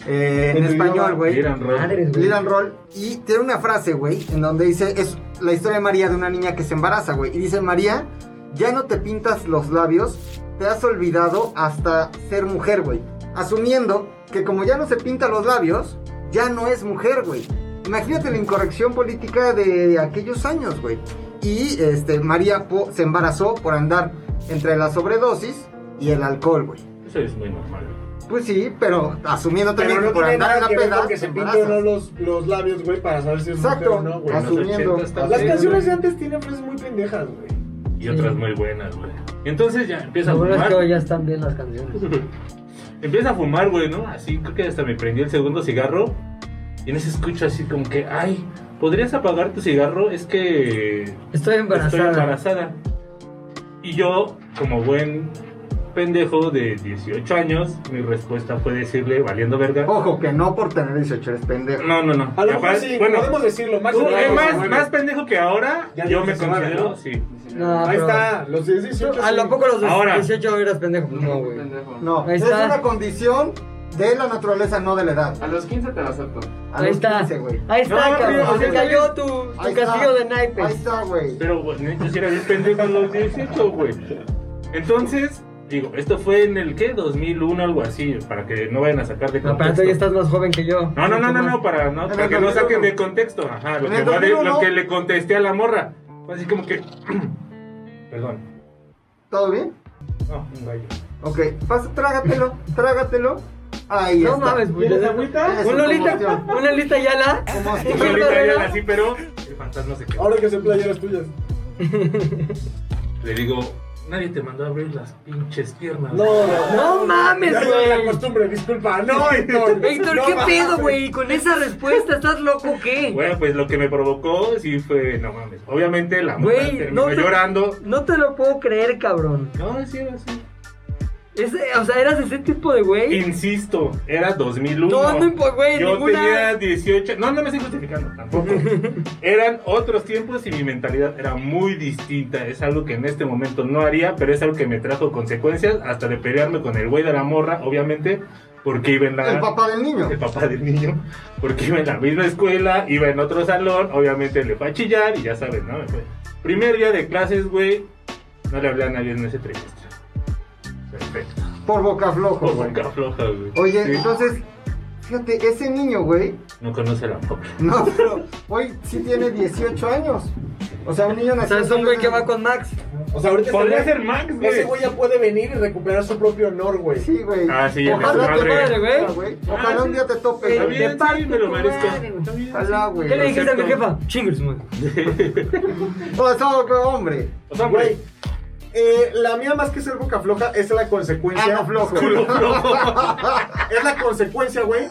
S6: eh, en
S8: En tu idioma,
S6: español, güey.
S7: Irán Rock.
S1: Madres, güey.
S6: Liran Roll. Y tiene una frase, güey, en donde dice, es la historia de María de una niña que se embaraza, güey. Y dice, María, ya no te pintas los labios, te has olvidado hasta ser mujer, güey. Asumiendo que como ya no se pinta los labios, ya no es mujer, güey. Imagínate la incorrección política de aquellos años, güey. Y este, María po- se embarazó por andar entre la sobredosis y el alcohol, güey.
S7: Eso es muy normal, güey.
S6: Pues sí, pero asumiendo también
S8: Pero no
S6: que por
S8: tiene
S6: andar
S8: nada
S6: en la
S8: que ver
S6: peda,
S8: con que
S6: te
S8: se
S6: embarazas.
S8: pinte o no los, los labios, güey, para saber si es
S6: Exacto.
S8: mujer o no, güey.
S7: Las-
S6: asumiendo.
S7: 80 está
S8: Las
S7: Sí,
S8: canciones de
S7: güey.
S8: antes tienen frases muy pendejas, güey.
S7: Y
S1: Sí.
S7: otras muy buenas, güey. Entonces ya empieza a
S1: Seguro es que
S7: fumar.
S1: hoy ya están bien las canciones.
S7: Empieza a fumar, güey, ¿no? Así creo que hasta me prendí el segundo cigarro. Y en ese escucho así como que, ay, ¿podrías apagar tu cigarro? Es que
S1: Estoy
S7: estoy
S1: embarazada.
S7: embarazada. Y yo, como buen pendejo de 18 años, mi respuesta fue decirle, valiendo verga.
S6: Ojo, que no por tener 18 eres pendejo.
S7: No, no, no.
S8: Oh. A
S7: Y
S8: lo mejor
S7: aparte-
S8: sí,
S7: bueno,
S8: podemos decirlo.
S7: tú,
S8: Máximo,
S7: eh,
S8: algo
S7: más,
S8: se
S7: más
S8: mueve.
S7: pendejo que ahora,
S8: Ya
S7: yo
S8: dijo
S7: me
S8: que se mueve,
S7: considero,
S8: ¿no?
S7: sí.
S1: No,
S8: Ahí
S1: pero-
S8: está, los 18.
S1: ¿A lo
S8: sí.
S1: poco los
S7: Ahora.
S1: 18 eras pendejo? No, güey.
S6: No,
S1: Ahí
S6: es
S1: está.
S6: una condición de la naturaleza, no de la edad.
S10: A los 15 te lo acepto.
S6: A
S1: Ahí
S6: los
S1: está.
S6: 15, güey.
S1: Ahí está,
S7: No, pero,
S1: cabrón.
S7: o sea,
S1: Se cayó tu, tu
S6: Ahí
S1: castillo
S6: está.
S1: de
S6: Ahí
S1: naipes.
S6: está, güey.
S7: Pero, güey, neta, si era bien pendejo a los 18, güey. Entonces, digo, esto fue en el, ¿qué? 2001, algo así, para que no vayan a sacar de
S1: No, pero tú
S7: contexto.
S1: ya estás más joven que yo.
S7: No, no, no, no, no, para, no,
S6: En el
S7: para que no
S6: 2001.
S7: saquen de contexto. Ajá, lo
S6: En
S7: que,
S6: el
S7: va de-
S6: 2001.
S7: lo que le contesté a la morra. Fue Así como que. Perdón.
S6: ¿Todo bien?
S7: No, un gallo.
S6: Ok, pasa, trágatelo, trágatelo. Ahí
S1: No
S6: está.
S1: mames, güey.
S8: ¿Quieres agüita?
S6: Es
S1: Una
S6: su
S1: lista,
S6: combustión.
S1: una lista ya la.
S7: Un
S1: ¿Qué
S7: gallo
S1: tal,
S7: italiano
S1: Vela?
S7: así, pero el fantasma se quedó.
S8: Ahora que son playeras tuyas.
S7: Le digo, nadie te mandó a abrir las pinches piernas.
S8: No, no,
S1: No mames,
S8: Ya llevo la
S1: güey.
S8: costumbre, disculpa. No, Héctor.
S1: Héctor,
S8: No
S1: ¿qué
S8: mames.
S1: pedo, güey? Con esa respuesta, ¿estás loco o qué?
S7: Bueno, pues lo que me provocó sí fue, no mames. Obviamente la morra
S1: Güey,
S7: terminó
S1: no te-
S7: llorando.
S1: No te lo puedo creer, cabrón.
S7: No, sí era así.
S1: Ese- o sea, eras ese tipo de güey.
S7: Insisto, era 2001.
S1: No, no impo- güey,
S7: Yo
S1: ninguna-
S7: tenía 18. No, no me estoy justificando tampoco. Eran otros tiempos y mi mentalidad era muy distinta. Es algo que en este momento no haría, pero es algo que me trajo consecuencias hasta de pelearme con el güey de la morra, obviamente, porque iba en la.
S6: El papá del niño.
S7: el papá del niño, porque iba en la misma escuela, iba en otro salón, obviamente le fue a chillar y ya sabes, ¿no? Me fue. Primer día de clases, güey, no le hablé a nadie en ese trimestre. Perfecto.
S6: Por boca flojo,
S7: Por
S6: güey.
S7: boca floja, güey.
S6: Oye,
S7: Sí.
S6: entonces, fíjate, ese niño, güey,
S7: No conoce la pobre.
S6: no, pero, güey, sí tiene 18 años. O sea, un niño
S1: O
S6: nació.
S1: sea, es un güey que va con Max.
S8: O sea, ahorita
S7: Podría
S8: ese
S7: ser
S8: güey-
S7: Max,
S8: Ese
S7: güey.
S8: güey ya puede venir y recuperar su propio honor, güey.
S6: Sí, güey.
S7: Ah, sí, el
S6: Ojalá te
S7: desmadre.
S6: pare,
S1: Ah,
S6: güey. Ojalá un día te tope,
S1: Está
S7: Está
S6: güey.
S1: bien,
S7: bien,
S1: sí,
S7: sí, me lo
S1: tu
S7: merezco.
S1: madre, güey.
S7: Está bien,
S6: Ojalá,
S7: sí.
S6: güey.
S1: ¿Qué le dijiste a mi
S7: Acepto.
S1: jefa? Chingers, güey.
S6: O sea, hombre.
S7: O sea,
S8: Güey,
S7: güey.
S8: eh, la mía más que ser boca floja es la
S1: Ah,
S8: consecuencia.
S6: Ano Ah, flojo.
S8: Culo flojo. es la consecuencia, güey,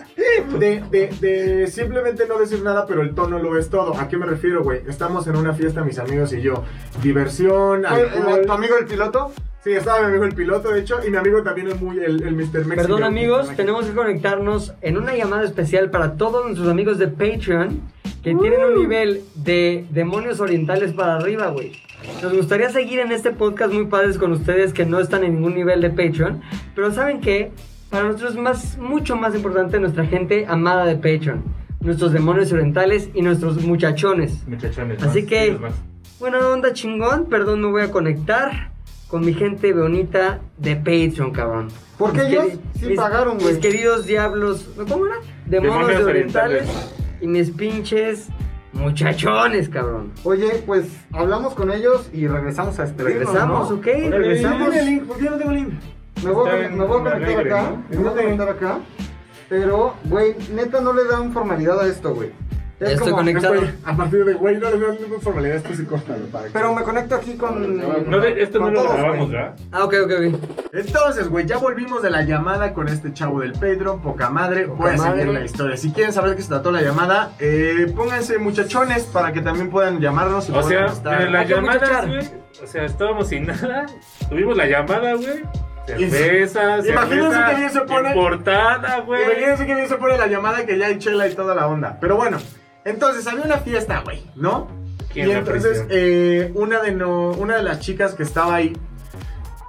S8: de, de- de simplemente no decir nada, pero el tono lo es todo. ¿A qué me refiero, güey? Estamos en una fiesta, mis amigos y yo. Diversión, alcohol.
S6: ¿Tu amigo el piloto?
S8: Sí, estaba mi amigo el piloto, de hecho, y mi amigo también es muy el, el Mr. Mexican.
S1: Perdón amigos, tenemos que conectarnos en una llamada especial para todos nuestros amigos de Patreon que tienen un nivel de demonios orientales para arriba, güey. Nos gustaría seguir en este podcast muy padres con ustedes que no están en ningún nivel de Patreon, pero saben que para nosotros es más, mucho más importante nuestra gente amada de Patreon, nuestros demonios orientales y nuestros muchachones.
S7: Muchachones.
S1: Así
S7: más,
S1: que,
S7: ellos más.
S1: buena onda chingón, perdón, me voy a conectar con mi gente bonita de Patreon, cabrón.
S6: ¿Por qué
S1: Mis
S6: ellos
S1: queri-
S6: sí
S1: mis-
S6: pagaron, güey?
S1: Mis queridos diablos, ¿cómo era? Demonios,
S7: Demonios
S1: orientales.
S7: orientales.
S1: y mis pinches muchachones, cabrón.
S6: Oye, pues hablamos con ellos y regresamos a despedirnos.
S1: ¿Regresamos
S6: ¿no?
S1: ok?
S6: Regresamos.
S8: Dime el link, ¿por qué no tengo link?
S6: Me voy, a
S7: Está
S6: con-
S7: en
S6: me voy a conectar
S7: Alegre,
S6: acá.
S7: ¿no?
S6: Me voy a conectar acá. Pero, güey, neta no le dan formalidad a esto, güey. pues,
S1: Ya estoy conectado.
S8: Güey, A partir de, güey, no le dan ninguna formalidad, esto sí córtalo, para que-
S6: Pero me conecto aquí con.
S7: No, de- esto no
S6: con
S7: lo
S6: todos,
S7: grabamos,
S6: güey.
S7: ¿verdad?
S1: Ah, ok, ok, ok.
S8: Entonces, güey, ya volvimos de la llamada con este chavo del Pedro, poca madre. Voy a
S1: madre.
S8: seguir la historia. Si quieren saber qué se trató la llamada, eh, pónganse muchachones para que también puedan llamarnos. y
S7: O sea,
S8: puedan estar-
S7: en la
S1: Hay que
S7: llamada,
S1: muchachar.
S7: güey. O sea, estábamos sin nada. Tuvimos la llamada, güey.
S8: Y-
S7: Cervezas.
S8: Imagínense
S7: cerveza
S8: que bien se pone-
S7: en portada, güey.
S8: Imagínense que bien se pone la llamada que ya hay chela y toda la onda. Pero bueno, entonces había una fiesta, güey, ¿no? Y
S7: Aquí en la
S8: entonces
S7: prisión.
S8: eh, una, de no, una de las chicas que estaba ahí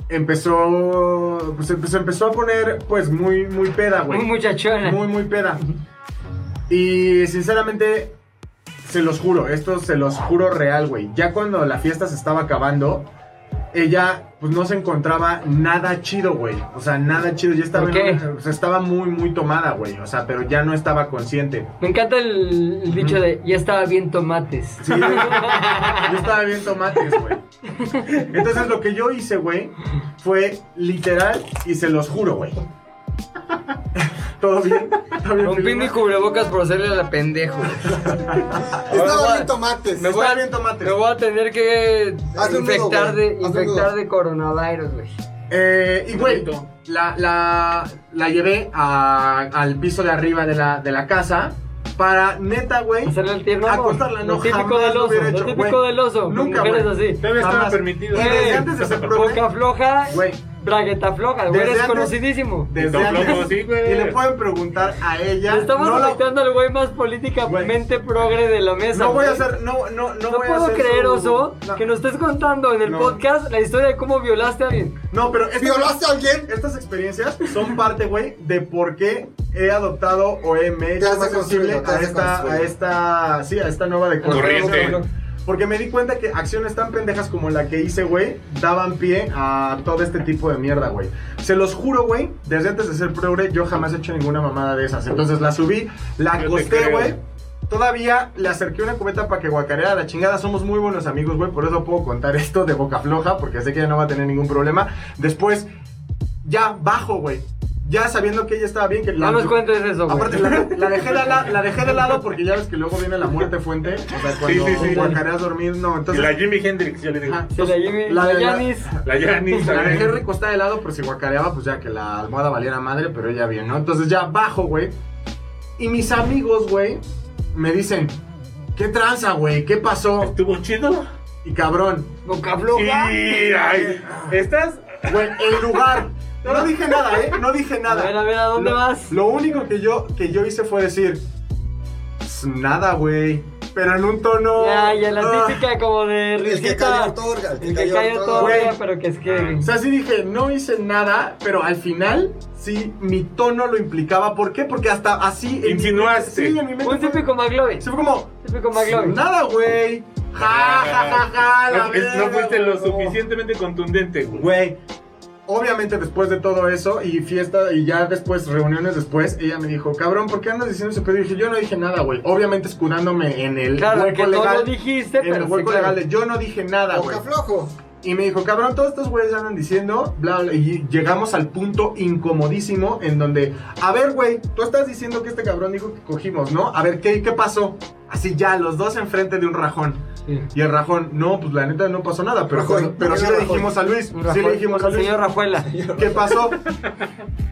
S8: empezó, pues, empe- se empezó a poner pues muy, muy peda, güey.
S1: Muy muchachona.
S8: Muy, muy peda. Y sinceramente, se los juro, esto se los juro real, güey. Ya cuando la fiesta se estaba acabando, ella pues no se encontraba nada chido, güey. O sea, nada chido. Ya estaba,
S1: ¿Por
S8: en
S1: qué?
S8: una- o sea, estaba muy, muy tomada, güey. O sea, pero ya no estaba consciente.
S1: Me encanta el, el dicho de ya estaba bien tomates.
S8: Sí, güey. yo estaba bien tomates, güey. Entonces lo que yo hice, güey, fue literal y se los juro, güey. ¿Todo bien? ¿Todo bien,
S1: Rompí
S8: Filina?
S1: mi cubrebocas por hacerle a la pendejo.
S2: Estaba bien tomates.
S1: Me voy,
S8: Estaba
S1: a,
S8: bien tomates.
S1: me voy a tener que
S2: Haz un nudo,
S1: infectar,
S2: güey.
S1: de,
S2: Haz un
S1: infectar
S2: nudo.
S1: de coronavirus, güey.
S8: Eh, y güey, la, la, la llevé a- al piso de arriba de la, de la casa para neta, güey.
S1: Hacerle el tierno. amor.
S8: Acostarla, no
S1: Lo típico
S8: jamás
S1: del
S8: lo
S1: oso.
S8: hubiera
S1: Lo
S8: hecho,
S1: típico
S8: güey.
S1: del oso. con
S8: Nunca,
S1: mujeres
S8: güey.
S1: así.
S7: Todavía estaba
S8: Jamás.
S7: permitido.
S8: Y
S1: Güey,
S8: desde antes de ser profe,
S1: Boca floja,
S8: Güey.
S1: bragueta floja, el güey
S8: Desde
S1: eres
S8: antes-
S1: conocidísimo.
S8: desde
S7: Don
S8: antes,
S7: Flojo, sí, güey.
S8: y le pueden preguntar a ella.
S1: Le estamos
S8: no, la-
S1: conectando al güey más políticamente progre de la mesa.
S8: no voy a
S1: güey.
S8: hacer, no, no, no,
S1: No,
S8: voy a
S1: puedo
S8: hacer
S1: creer,
S8: su-
S1: oso,
S8: no.
S1: que nos estés contando en el
S8: No.
S1: podcast la historia de cómo violaste a alguien.
S8: No, pero estas-
S2: ¿Violaste a alguien?
S8: Estas experiencias son parte, güey, de por qué he adoptado o he me he
S2: Te
S8: hecho
S2: has
S8: más sensible
S2: deconstruido, te has
S8: a esta, a
S2: deconstruido.
S8: esta, sí, a esta nueva de
S7: Corriente.
S8: Porque me di cuenta que acciones tan pendejas como la que hice, güey, daban pie a todo este tipo de mierda, güey. Se los juro, güey, desde antes de ser progre, yo jamás he hecho ninguna mamada de esas. Entonces la subí, la
S7: Yo te
S8: acosté,
S7: creo.
S8: güey. Todavía le acerqué una cubeta para que guacareara la chingada. Somos muy buenos amigos, güey. Por eso puedo contar esto de boca floja, porque sé que ella no va a tener ningún problema. Después, ya bajo, güey. Ya sabiendo que ella estaba bien, que la.
S1: No nos cuentes eso, güey.
S8: Aparte, la, la dejé de la, la dejé de lado porque ya ves que luego viene la muerte fuente. O sea, cuando
S7: Sí, sí, sí.
S8: guacareas dormir, no.
S7: Y
S8: Entonces,
S7: la Jimi Hendrix, yo le digo.
S8: Ajá.
S1: Se la lleve
S8: pues, La
S1: la,
S8: de la-
S1: Yanis.
S7: La Janis.
S8: Pues, la
S7: también.
S8: dejé recostada de lado por si guacareaba, pues ya que la almohada valiera madre, pero ella bien, ¿no? Entonces ya bajo, güey. Y mis amigos, güey, me dicen, ¿qué tranza, güey? ¿Qué pasó?
S7: ¿Estuvo chido?
S8: Y cabrón,
S1: Boca
S7: Sí,
S1: floja.
S7: ay. ¿Estás?
S8: güey, el lugar. No dije nada, ¿eh? No dije nada.
S1: A ver, a ver, ¿a dónde
S8: Lo-
S1: vas?
S8: Lo único que yo, que yo hice fue decir, "Pues, nada, güey. Pero en un tono...
S1: Ya, ya, la
S8: ah.
S1: típica como de
S2: El que cayó
S1: risita.
S2: otorga. El
S1: El que cayó todo
S8: Güey. Ah.
S1: pero que es que...
S8: O sea, sí dije, no hice nada, pero al final sí, mi tono lo implicaba. ¿Por qué? Porque hasta así... en mi-
S7: Insinuaste.
S8: Sí, en mi mente
S1: Un
S8: fue-
S1: típico McLovin.
S8: Sí, fue como...
S1: Típico McLovin.
S8: Nada, güey. Ja, ja, ja, ja. la
S7: No, es- no
S8: verga,
S7: fuiste lo
S8: güey.
S7: suficientemente contundente, güey.
S8: Güey. Obviamente después de todo eso y fiesta y ya después reuniones después, ella me dijo, cabrón, ¿por qué andas diciendo eso? Pero dije, yo no dije nada, güey. Obviamente escudándome en el
S1: Claro, que
S8: hueco
S1: no
S8: legal.
S1: lo dijiste,
S8: en el
S1: pero sí,
S8: hueco
S1: claro.
S10: Ah,
S8: legal de, yo no dije nada, güey.
S2: Boca flojo.
S8: Y me dijo, cabrón, todos estos güeyes andan diciendo, bla, bla, y llegamos al punto incomodísimo en donde, a ver, güey, tú estás diciendo que este cabrón dijo que cogimos, ¿no? A ver, ¿qué, qué pasó? Así ya, los dos enfrente de un rajón.
S1: Sí.
S8: Y el rajón, no, pues la neta no pasó nada, pero,
S6: Rajoy,
S8: cuando- pero sí le
S6: Rajoy.
S8: dijimos a Luis, sí le
S1: Rajuel-
S8: dijimos a Luis,
S1: Señor Rajuela.
S8: ¿qué pasó?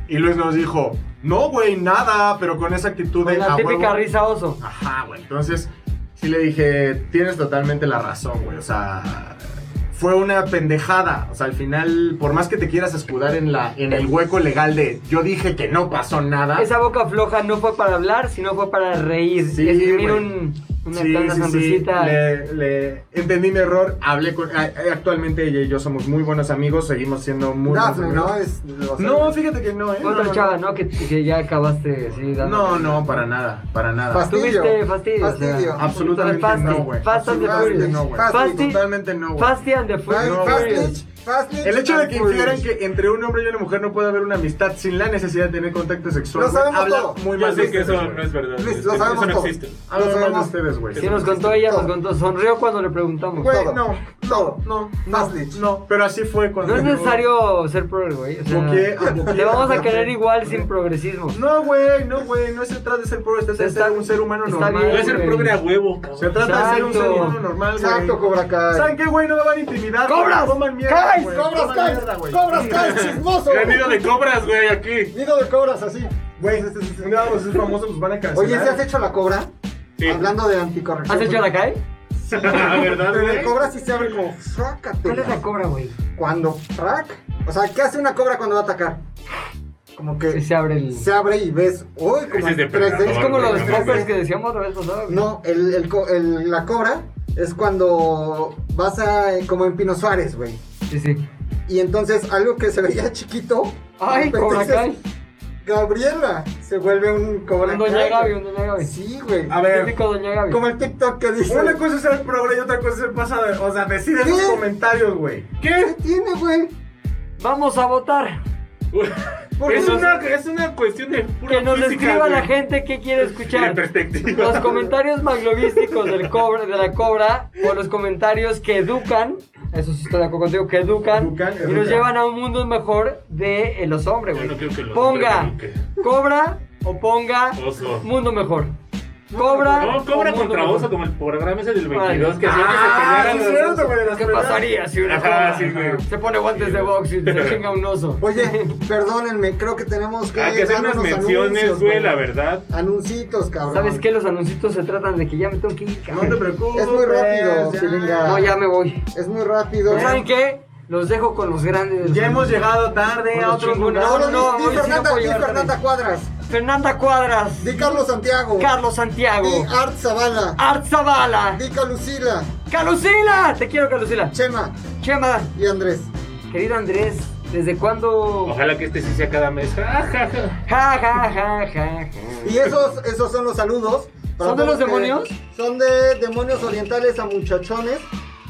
S8: Y Luis nos dijo, no, güey, nada, pero con esa actitud de...
S1: Con la
S8: "A
S1: típica
S8: huevo".
S1: risa oso.
S8: Ajá, güey. Entonces, sí le dije, tienes totalmente la razón, güey. O sea, fue una pendejada. O sea, al final, por más que te quieras escudar en, la, en el hueco legal de yo dije que no pasó nada.
S1: Esa boca floja no fue para hablar, sino fue para reír.
S8: Sí,
S1: y escribir
S8: güey.
S1: un, una
S8: Sí,
S1: tanta
S8: sí, sí.
S1: sonrisita.
S8: Le, le- entendí mi error, hablé con... a- a- Actualmente ella y yo somos muy buenos amigos, seguimos siendo muy buenos
S6: Dafne, ¿no?
S8: amigos.
S6: Es, o sea,
S8: No, fíjate que no, ¿eh? No,
S1: Otra
S8: no,
S1: chava, ¿no? Que, que ya acabaste sí, dando.
S8: No, no, para nada, para nada.
S6: Fastidio.
S1: Tuviste fastidio.
S6: Fastidio.
S1: o sea,
S8: Absolutamente
S1: fasti-
S8: no, güey.
S1: Fast and the
S8: Absolutamente
S1: Furious.
S8: no, güey.
S1: Fasti-
S8: Totalmente no, güey.
S1: Fast and the Furious.
S8: No,
S6: Fast
S8: güey.
S6: Lynch, Fast Lynch
S8: El hecho de que
S6: and
S8: infieran
S6: Furious.
S8: que entre un hombre y una mujer no puede haber una amistad sin la necesidad de tener contacto sexual.
S6: Lo
S8: güey,
S6: sabemos
S8: habla
S6: todo.
S8: muy
S7: Ya
S8: mal de
S7: sé que
S8: ustedes,
S7: eso
S8: güey.
S7: no es verdad.
S6: Luis,
S7: es-
S6: lo
S7: eso
S6: sabemos
S7: no
S6: todo.
S7: existe.
S8: Habla muy
S6: Lo
S8: mal de
S6: sabemos.
S8: ustedes, güey.
S1: Sí, nos contó ella, nos
S6: Todo.
S1: contó. Sonrió cuando le preguntamos.
S8: Güey,
S6: todo.
S8: no,
S6: Todo.
S8: no, no,
S6: Fast Lynch.
S8: no, pero así fue cuando...
S1: No es
S8: yo-
S1: necesario ser progre, güey. O sea,
S8: Boqué, ah, boqué,
S1: le vamos a
S8: boqué.
S1: querer igual sin progresismo.
S8: No, güey, no, güey, no se trata de ser pobre, se trata de
S1: Está-
S8: ser un ser humano
S1: está
S8: normal.
S1: bien,
S7: Puede ser
S1: güey.
S7: progre a huevo.
S8: Se trata de ser un ser
S1: Exacto.
S8: humano normal, güey.
S6: Exacto, Cobra Kai.
S8: ¿Saben qué, güey? No me van a intimidar.
S6: ¡Cobras!
S8: güey. Coman mierda,
S6: ¡Cais!
S8: güey.
S6: ¡Cobras,
S8: Coman
S6: cais!
S8: mierda, güey.
S6: ¡Cobras, cais! ¡Chismoso!
S7: Gran nido de cobras, güey, aquí.
S6: Nido de cobras, así.
S8: Güey, un día vamos a ser famosos, pues van a cancelar.
S6: Oye, ¿se has hecho la cobra?
S7: Sí.
S6: Hablando de anticorrección.
S1: ¿Has hecho la cae?
S7: La verdad,
S6: Pero
S7: güey.
S6: la cobra sí se abre como, sácate.
S1: ¿Cuál es la cobra, güey?
S6: Cuando, crack. O sea, ¿qué hace una cobra cuando va a atacar? Como que
S1: Que se abre el.
S6: se abre y ves, uy, como
S7: Ese es de
S6: en 3D.
S7: predador,
S1: Es como los
S7: güey, no
S1: poppers
S7: mames.
S1: que decíamos la vez pasada, güey.
S6: No, el, el co- el- la cobra es cuando vas a, eh, como en Pino Suárez, güey.
S1: Sí, sí.
S6: Y entonces algo que se veía chiquito.
S1: Ay,
S6: de repente
S1: Cobra
S6: dices,
S1: Kai.
S6: Gabriela se vuelve un cobra
S1: Un Doña
S6: Kai,
S1: Gaby,
S6: güey.
S1: un Doña Gaby.
S6: Sí, güey.
S8: A ver.
S1: Típico Doña Gaby.
S6: Como el TikTok que dice.
S8: Una cosa es ser progre y otra cosa es ser pasada. O sea, decide en los
S6: ¿Qué?
S8: comentarios, güey.
S6: ¿Qué tiene, güey?
S1: Vamos a votar.
S6: Porque
S7: Es
S6: no-
S7: una, es una cuestión de pura
S1: Que nos
S7: física,
S1: escriba
S7: güey.
S1: la gente qué quiere
S7: Y de
S1: escuchar.
S7: perspectiva.
S1: Los comentarios maglobísticos del cobra, de la cobra o los comentarios que educan, eso sí estoy de acuerdo contigo, que educan,
S8: Educan,
S1: y nos
S8: educan.
S1: llevan a un mundo mejor de eh, los hombres,
S7: Yo
S1: güey.
S7: no creo que los
S1: ponga
S7: hombres eduquen.
S1: cobra o ponga
S7: Oso.
S1: mundo mejor. Cobra.
S7: No, cobra
S1: o mundo
S7: contra
S1: mejor.
S7: oso, como el programa ese del
S1: Vale.
S7: 22 que hacía
S8: Ah,
S7: que
S8: sí
S7: se
S8: es
S7: pelearan los
S8: cierto, güey. las
S1: ¿Qué
S8: primeras-
S1: pasaría si una
S7: Ajá,
S1: cobra
S7: sí, güey.
S1: se pone guantes
S7: Sí,
S1: de
S7: güey.
S1: box y se chinga un oso?
S6: Oye, perdónenme, creo que tenemos que.
S7: Hay que hacer
S6: dar
S7: unas
S6: unos
S7: menciones,
S6: anuncios,
S7: güey, la verdad.
S6: Anuncitos, cabrón.
S1: ¿Sabes qué? Los anuncios se tratan de que ya me tengo que ir,
S8: No
S1: cabrón.
S8: te preocupes.
S6: Es muy rápido,
S8: ya.
S6: Silinga.
S1: No, ya me voy.
S6: Es muy rápido.
S1: Pero ¿Saben qué? Los dejo con los grandes.
S8: Ya hemos llegado tarde
S1: Con
S8: a
S1: los
S8: otro
S1: chingones.
S8: lugar.
S6: No, no,
S1: No, no,
S6: no. Di
S1: hoy sí no
S6: Fernanda,
S1: puedo
S6: di
S1: llegar
S6: Fernanda
S1: tarde.
S6: Cuadras.
S1: Fernanda Cuadras,
S6: Di Carlos Santiago.
S1: Carlos Santiago,
S6: Di Art Zavala.
S1: Art Zavala,
S6: ah. Di Calucila.
S1: Calucila. Te quiero, Calucila.
S6: Chema
S1: Chema,
S6: y Andrés.
S1: querido Andrés, ¿desde cuándo?
S7: Ojalá que este sí sea cada mes. Ja, ja, ja.
S1: Ja, ja, ja, ja.
S6: Y esos, esos son los saludos. para
S1: ¿Son de
S6: todos
S1: los
S6: ustedes.
S1: demonios?
S6: Son de demonios orientales a muchachones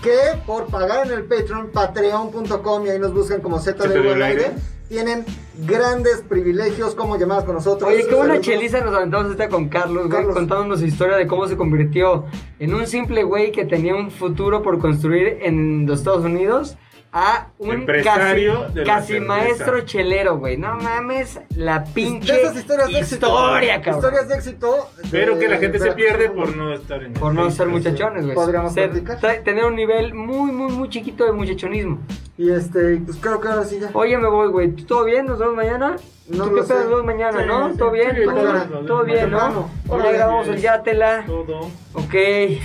S6: que por pagar en el Patreon, patreon.com y ahí nos buscan como Z de
S7: ZDU
S6: al
S7: al
S6: aire,
S7: aire.
S6: tienen grandes privilegios como llamadas con nosotros.
S1: Oye, qué buena
S6: Saludos.
S1: cheliza nos aventamos esta con Carlos, güey,
S6: Carlos.
S1: contándonos su historia de cómo se convirtió en un simple güey que tenía un futuro por construir en los Estados Unidos a un
S7: Empresario
S1: casi,
S7: de la
S1: casi
S7: cerveza.
S1: maestro chelero, güey. No mames, la
S6: De
S1: pinche
S6: esas historias de éxito.
S1: historia, cabrón.
S6: Historias de éxito. Eh, de-
S7: Pero que la gente se
S6: Veracruz.
S7: pierde por no estar en
S1: Por no
S7: el-
S1: ser muchachones, güey.
S6: Este, Podríamos
S1: Ser-
S6: platicar.
S1: tra- tener un nivel muy, muy, muy chiquito de muchachonismo.
S6: Y este, pues creo que ahora sí ya.
S1: Oye, me voy, güey. ¿Tú ¿Todo bien? ¿Nos vemos mañana?
S6: No
S1: ¿Tú qué
S6: lo sé.
S1: pedo? ¿Nos vemos mañana,
S7: Sí,
S1: no?
S7: sí,
S1: ¿Todo bien?
S7: sí,
S1: ¿Todo,
S6: mañana.
S1: todo bien,
S6: Temprano.
S1: ¿no?
S6: Órale.
S1: Ahora grabamos el Yátela.
S7: Todo.
S1: Ok,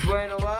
S1: bueno, va.